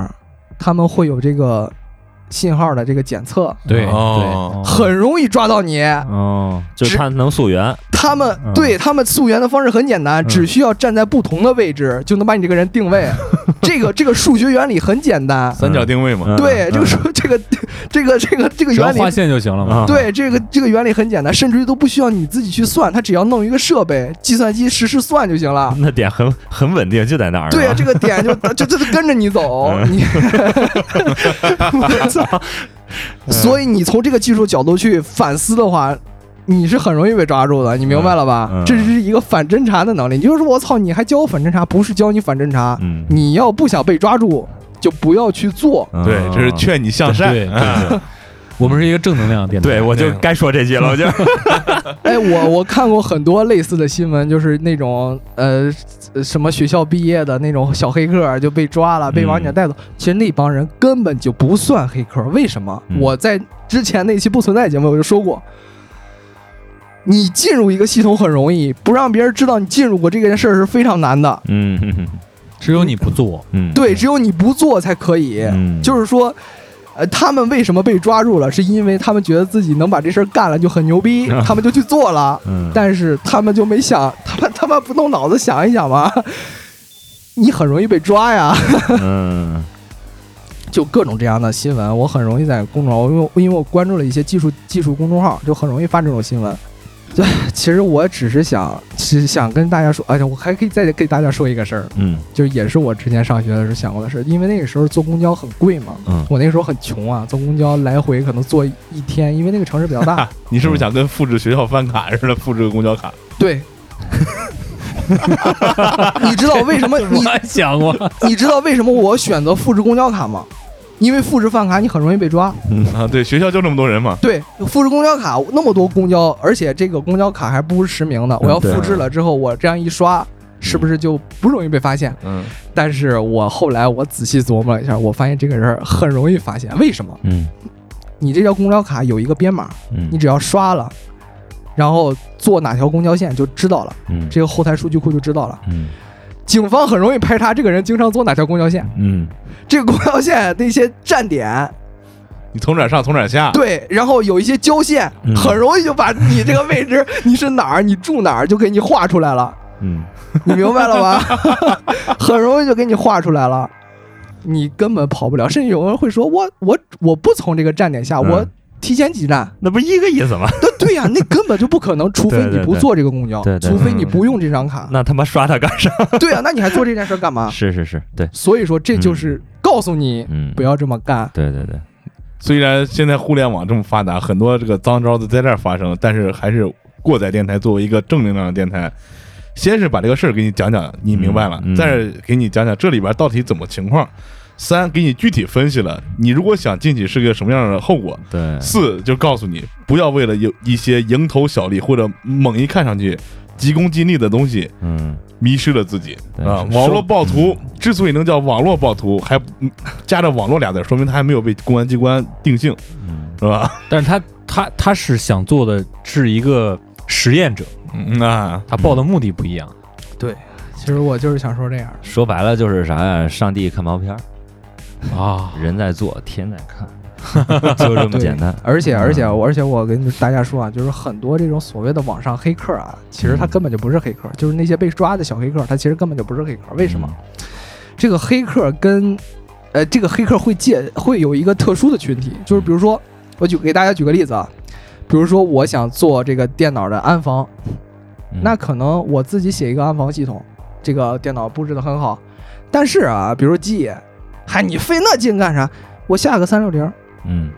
S8: 他们会有这个信号的这个检测，
S6: 对
S5: 哦
S6: 对
S8: 很容易抓到你。
S1: 哦，就是
S8: 只
S1: 他能溯源，
S8: 他们
S1: 嗯
S8: 对他们溯源的方式很简单，
S1: 嗯
S8: 只需要站在不同的位置就能把你这个人定 位。这个这个数学原理很简单，
S5: 三角定位嘛。
S1: 嗯
S8: 对
S1: 嗯
S8: 这个数这个这个这个这个
S6: 只要
S8: 原理
S6: 划线就行了嘛。
S1: 啊
S8: 对，这个这个原理很简单，甚至于都不需要你自己去算，它只要弄一个设备，计算机实时算就行了。
S1: 那点很很稳定，就在那儿。
S8: 对啊，
S1: 嗯是吧嗯
S8: 这个点就就就就跟着你走， 你，我操！
S1: 嗯
S8: 所以你从这个技术角度去反思的话，你是很容易被抓住的，你明白了吧？
S1: 嗯嗯
S8: 这是一个反侦查的能力。你就说我操，你还教我反侦查，不是教你反侦查，
S1: 嗯，
S8: 你要不想被抓住，就不要去做。
S1: 嗯
S5: 对，这是劝你向善。
S6: 对对对我们是一个正能量的电台。
S1: 对，我就该说这句了，我就
S8: 哎，我我看过很多类似的新闻，就是那种呃什么学校毕业的那种小黑客就被抓了，被王
S1: 嗯
S8: 姐带走。其实那帮人根本就不算黑客，为什么？
S1: 嗯
S8: 我在之前那期不存在节目我就说过，你进入一个系统很容易，不让别人知道你进入过这件事儿是非常难的。
S1: 嗯嗯
S6: 只有你不做，
S1: 嗯，
S8: 对，只有你不做才可以。
S1: 嗯，
S8: 就是说，呃，他们为什么被抓住了？是因为他们觉得自己能把这事儿干了就很牛逼，
S1: 啊
S8: 他们就去做了。
S1: 嗯，
S8: 但是他们就没想，他们他妈不动脑子想一想吗？ 你很容易被抓呀，
S1: 嗯
S8: 就各种这样的新闻，我很容易在公众号，因为因为我关注了一些技术技术公众号，就很容易发这种新闻。 对，其实我只是想，只是想跟大家说，哎，我还可以再给大家说一个事儿，
S1: 嗯
S8: 就是也是我之前上学的时候想过的事儿，因为那个时候坐公交很贵嘛，
S1: 嗯
S8: 我那个时候很穷啊，坐公交来回可能坐一天，因为那个城市比较 大，
S5: 啊你是不是想跟复制学校饭卡似的复制个公交卡？
S8: 对。 你知道为什么 你
S6: 我想过，
S8: 你知道为什么我选择复制公交卡吗？因为复制饭卡你很容易被抓。
S5: 啊，对，学校就那么多人嘛。
S8: 对，复制公交卡那么多公交，而且这个公交卡还不是实名的，我要
S1: 对
S8: 复制了之后，我这样一刷，是不是就不容易被发现？
S5: 嗯，
S8: 但是我后来我仔细琢磨了一下，我发现这个人很容易发现。为什么？
S1: 嗯
S8: 你这条公交卡有一个编码，你
S1: 嗯
S8: 只要刷了，然后坐哪条公交线就知道了，
S1: 嗯
S8: 这个后台数据库就知道了。
S1: 嗯
S8: 警方很容易排查这个人经常坐哪条公交线，
S1: 嗯
S8: 这个公交线那些站点
S5: 你从哪儿上从哪儿下。
S8: 对，然后有一些交线，
S1: 嗯
S8: 很容易就把你这个位置，你是哪儿，你住哪儿，就给你画出来 了，
S1: 嗯
S8: 你明白了吧？ 很容易就给你画出来了，你根本跑不了。甚至有人会说，我我我不从这个站点下，
S1: 嗯
S8: 我提前几站。
S1: 那不一个意思 吗？
S8: 那对呀、那根本就不可能，除非
S1: 对
S8: 你
S1: 对
S8: 不
S1: 对
S8: 坐这个公交，
S1: 对对嗯
S8: 除非你不用这张卡。
S1: 那他妈刷他干啥？
S8: 对呀、那你还做这件事干 嘛？
S1: 是是是，对，
S8: 所以说，这就是告诉你
S1: 嗯，
S8: 不要这么干。
S1: 对对对，
S5: 虽然现在互联网这么发达，很多这个脏招子在这儿发生，但是还是过载电台作为一个正能量的电台，先是把这个事儿给你讲讲，你明白了，
S1: 嗯嗯
S5: 再是给你讲讲这里边到底怎么情况。三，给你具体分析了，你如果想进去是个什么样的后果。
S1: 对，
S5: 四，就告诉你不要为了有一些蝇头小利或者猛一看上去急功近利的东西
S1: 嗯，
S5: 迷失了自己
S1: 对
S5: 啊！
S1: 是
S5: 网络暴徒之所以能叫网络暴徒，还嗯加着“网络”俩字儿，说明他还没有被公安机关定性，
S1: 嗯
S5: 是吧？
S6: 但是他他他是想做的是一个实验者，
S5: 嗯啊，
S6: 他报的目的不一样。
S8: 其实我就是想说这样，
S1: 说白了就是啥呀？上帝看毛片儿，
S6: 啊，
S1: 人在做，天在 看，就这么
S8: 对
S1: 简单。
S8: 而且
S1: 嗯
S8: 而且我而且我跟大家说啊，就是很多这种所谓的网上黑客啊，其实他根本就不是黑
S1: 嗯
S8: 客，就是那些被抓的小黑客，他其实根本就不是黑客。为什么？这个黑客跟呃，这个黑客会借会有一个特殊的群体，就是比如说，我举给大家举个例子啊，比如说我想做这个电脑的安防，
S1: 嗯？
S8: 那可能我自己写一个安防系统，这个电脑布置的很好，但是啊，比如说基野，嗨，你费那劲干啥？我下个三六零。
S1: 嗯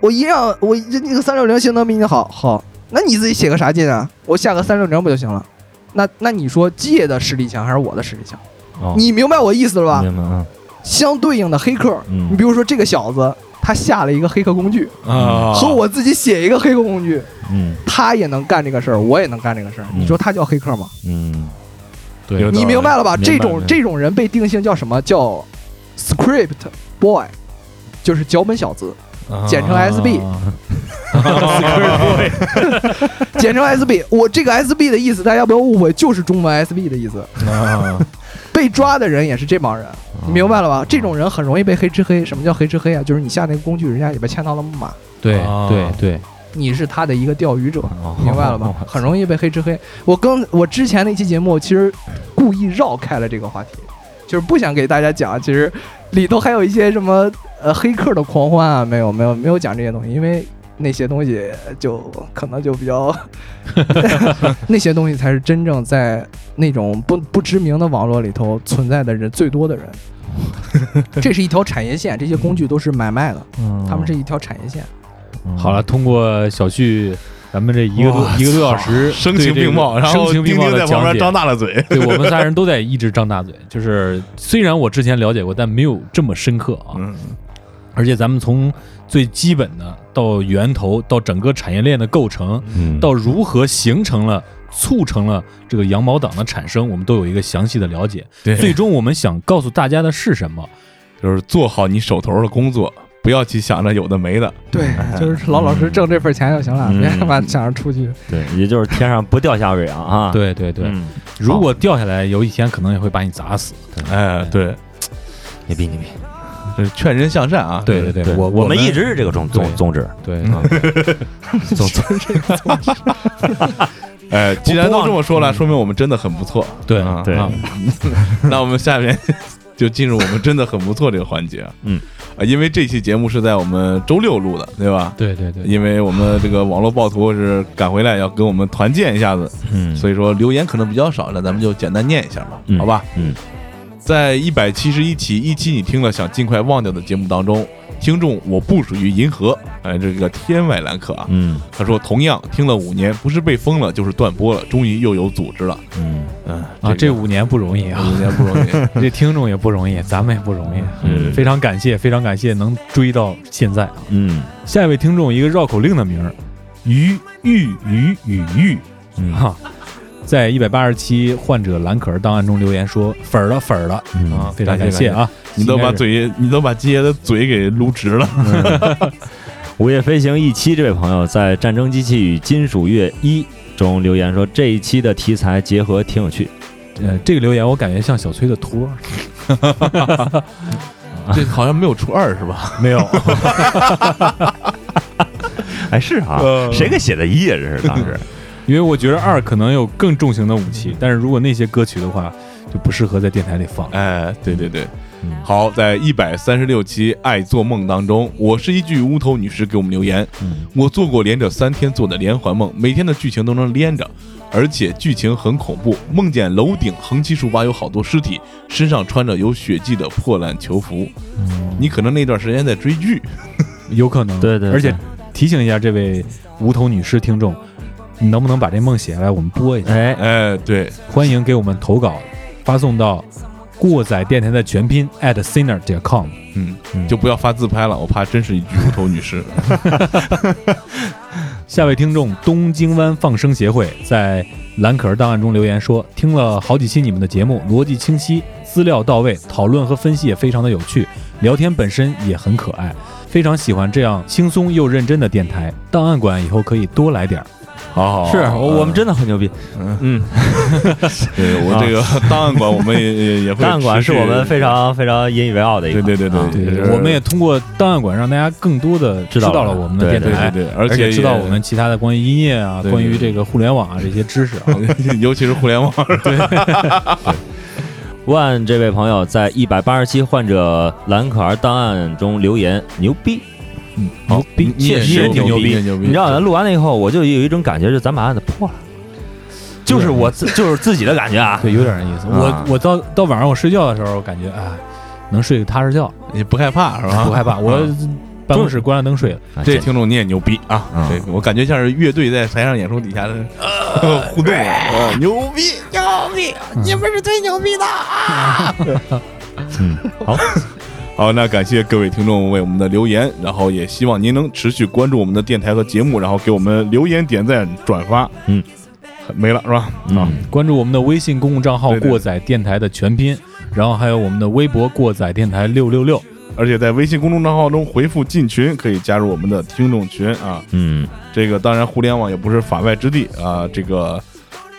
S8: 我一样，我这那个三六零性能比你好，好，那你自己写个啥劲啊？我下个三六零不就行了？那那你说借的实力强还是我的实力强？
S1: 哦，
S8: 你明白我意思了吧？
S1: 明白啊？
S8: 相对应的黑客，
S1: 嗯
S8: 你比如说这个小子，他下了一个黑客工具，
S6: 嗯
S1: 哦
S5: 啊，
S8: 和我自己写一个黑客工具，
S1: 嗯
S8: 他也能干这个事儿，我也能干这个事儿。
S1: 嗯
S8: 你说他叫黑客吗？
S1: 嗯
S5: 有道理
S8: 你明白了吧？
S1: 明白
S8: 这种
S1: 明白
S8: 这种人被定性叫什么？叫 script boy，就是脚本小子，
S6: 啊
S8: 简称 SB。简称 SB。我这个 SB 的意思，大家不要误会，就是中文 SB 的意思。
S5: 啊，
S8: 被抓的人也是这帮人，你明白了吧？这种人很容易被黑吃黑。什么叫黑吃黑啊？就是你下那个工具，人家里边嵌套了木马，
S6: 对
S5: 啊
S6: 对对，
S8: 你是他的一个钓鱼者，
S1: 哦
S8: 明白了吧？很容易被黑吃黑。我刚我之前那期节目其实故意绕开了这个话题，就是不想给大家讲，其实里头还有一些什么呃黑客的狂欢啊，没有没有没有讲这些东西，因为。那些东西就可能就比较， 那些东西才是真正在那种不不知名的网络里头存在的人最多的人。这是一条产业线，这些工具都是买卖的，他们是一条产业线。
S5: 嗯
S6: 好了，通过小旭，咱们这一个多一个多小时，
S5: 声情并茂，然后
S6: 声情
S5: 丁
S6: 并茂
S5: 丁在
S6: 的
S5: 旁
S6: 讲
S5: 边
S6: 解，
S5: 张大了嘴。
S6: 对我们仨人都在一直张大嘴。就是虽然我之前了解过，但没有这么深刻啊。
S5: 嗯，
S6: 而且咱们从最基本的到源头到整个产业链的构成，
S1: 嗯，
S6: 到如何形成了、促成了这个羊毛党的产生，我们都有一个详细的了解。
S5: 对
S6: 最终我们想告诉大家的是什么？
S5: 就是做好你手头的工作，不要去想着有的没的。
S7: 对，就是老老实实挣这份钱就行了，
S1: 嗯
S7: 别他妈想着出去。
S1: 对，也就是天上不掉下尾啊 啊，
S6: 对对对，
S1: 嗯
S6: 如果掉下来，有一天可能也会把你砸死。
S5: 哎，对，
S1: 牛逼牛逼，
S5: 就是劝人向善啊。
S6: 对对对，我
S1: 我
S6: 们
S1: 们一直是这个宗宗
S6: 对
S1: 宗旨，
S6: 对
S1: 嗯宗旨
S5: 哎，既然都这么说了，说明我们真的很不错。
S6: 嗯对
S5: 啊
S1: 对
S6: 啊
S5: 那我们下面就进入我们真的很不错这个环节。
S1: 嗯，
S5: 啊，因为这期节目是在我们周六录的，对吧？
S6: 对对对，
S5: 因为我们这个网络暴徒是赶回来要跟我们团建一下子，
S1: 嗯，
S5: 所以说留言可能比较少，那咱们就简单念一下吧，
S1: 嗯
S5: 好吧？
S1: 嗯，
S5: 在一百七十一期一期你听了想尽快忘掉的节目当中，听众我不属于银河，哎，这个天外来客啊，
S1: 嗯
S5: 他说同样听了五年，不是被封了就是断播了，终于又有组织了，
S1: 嗯
S5: 嗯
S6: 啊，这
S5: 这
S6: 五年不容易啊，
S5: 五年不容易，
S6: 这听众也不容易，咱们也不容易。
S1: 嗯
S6: 非常感谢，非常感谢能追到现在啊！
S1: 嗯
S6: 下一位听众一个绕口令的名儿，于玉于雨玉，
S1: 嗯
S6: 哈，在一百八十七患者蓝可儿档案中留言说粉儿了粉儿了，
S1: 嗯，
S6: 非常感谢啊！
S5: 你都把
S6: 应该是
S5: 嘴，你都把杰爷的嘴给撸直了。
S1: 午夜飞行一期，这位朋友在《战争机器与金属乐一》中留言说，这一期的题材结合挺有趣，
S6: 呃这个留言我感觉像小崔的托 儿，
S5: 这好像没有初二是吧？
S6: 没有
S1: 哎是啊
S5: 呃
S1: 谁给写的一呀？这是当时
S6: 因为我觉得二可能有更重型的武器，但是如果那些歌曲的话，就不适合在电台里放。
S5: 哎，对对对
S1: 嗯。
S5: 好，在一百三十六期《爱做梦》当中，我是一具无头女尸给我们留言，
S1: 嗯
S5: 我做过连着三天做的连环梦，每天的剧情都能连着，而且剧情很恐怖，梦见楼顶横七竖八有好多尸体，身上穿着有血迹的破烂囚服。你可能那段时间在追剧，
S6: 有可能。
S1: 对对对
S6: 而且提醒一下这位无头女士听众，你能不能把这梦写下来，我们播一下？
S1: 哎
S5: 哎，对，
S6: 欢迎给我们投稿，发送到过载电台的全拼 at sinner com。
S5: 嗯，
S1: 嗯
S5: 就不要发自拍了，我怕真是一具无头女尸。
S6: 下位听众东京湾放生协会在蓝可儿档案中留言说，听了好几期你们的节目，逻辑清晰，资料到位，讨论和分析也非常的有趣，聊天本身也很可爱，非常喜欢这样轻松又认真的电台。档案馆以后可以多来点儿。哦
S5: 好好，
S1: 是我我们真的很牛逼，嗯，
S5: 嗯对我这个 档案馆，我们也也也会。
S1: 档案馆是我们非。常非常引以为傲的一
S5: 对对
S1: 个，
S5: 对
S1: 啊
S5: 对，
S6: 我们也通过档案馆让大家更多的
S1: 知
S6: 知
S1: 道
S6: 道
S1: 了
S6: 了我们的电
S5: 对
S6: 台，
S5: 对对，而
S6: 而且
S5: 且
S6: 知道我们其他的关于音乐啊、
S5: 对对嗯
S6: 关于这个互联网啊这些知识啊。
S5: 也， 尤其是互联网，
S1: 万这位朋友在一百八十七患者蓝可儿档案中留言牛逼，
S6: 牛逼，
S5: 你
S1: 确
S5: 也
S1: 实
S5: 是
S1: 挺
S5: 牛
S1: 逼。
S5: 牛逼，
S1: 你知道，咱录完了以后，我就有一种感觉，是咱把案子破了，就是我自就是自己的感觉啊。
S6: 对，有点意思。
S1: 啊
S6: 我我到到晚上我睡觉的时候，我感觉啊，能睡个踏实觉，
S5: 你不害怕是吧？
S6: 不害怕。我
S5: 啊
S6: 办公室关了灯睡了。
S1: 啊
S5: 这听众你也牛逼啊！
S1: 啊
S5: 这我感觉像是乐队在台上演出底下的 互动啊，哦嗯牛逼！啊嗯 好，那感谢各位听众为我们的留言，然后也希望您能持续关注我们的电台和节目，然后给我们留言、点赞、转发。
S1: 嗯，
S5: 没了是吧？啊
S1: 嗯，
S6: 关注我们的微信公众账号
S5: 对
S6: “
S5: 对
S6: 过载电台”的全拼，然后还有我们的微博“过载电台六六六
S5: 而且在微信公众账号中回复“进群”，可以加入我们的听众群啊。
S1: 嗯，
S5: 这个当然，互联网也不是法外之地啊。这个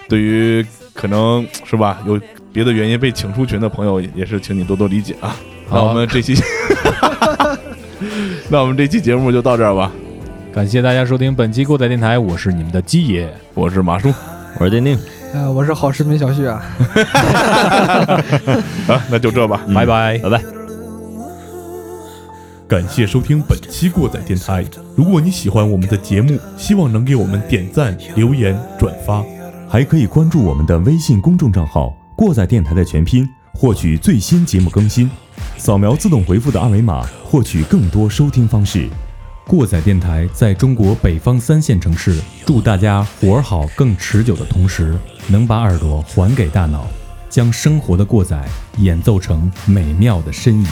S5: 对于可能是吧，有别的原因被请出群的朋友，也是请你多多理解啊。
S6: 好
S5: 那我们这期， 那我们这期节目就到这儿吧。”。
S6: 感谢大家收听本期过载电台，我是你们的鸡爷。
S5: 我是马叔
S1: 我是丁丁，
S7: 呃，我是好市民小旭啊。
S5: 啊，那就这吧。
S6: 拜拜。
S1: 拜拜。
S2: 感谢收听本期过载电台。如果你喜欢我们的节目，希望能给我们点赞、留言、转发。
S4: 还可以关注我们的微信公众账号“过载电台”的全拼，获取最新节目更新。扫描自动回复的二维码，获取更多收听方式。
S2: 过载电台在中国北方三线城市，祝大家活儿好更持久的同时，能把耳朵还给大脑，将生活的过载演奏成美妙的呻吟。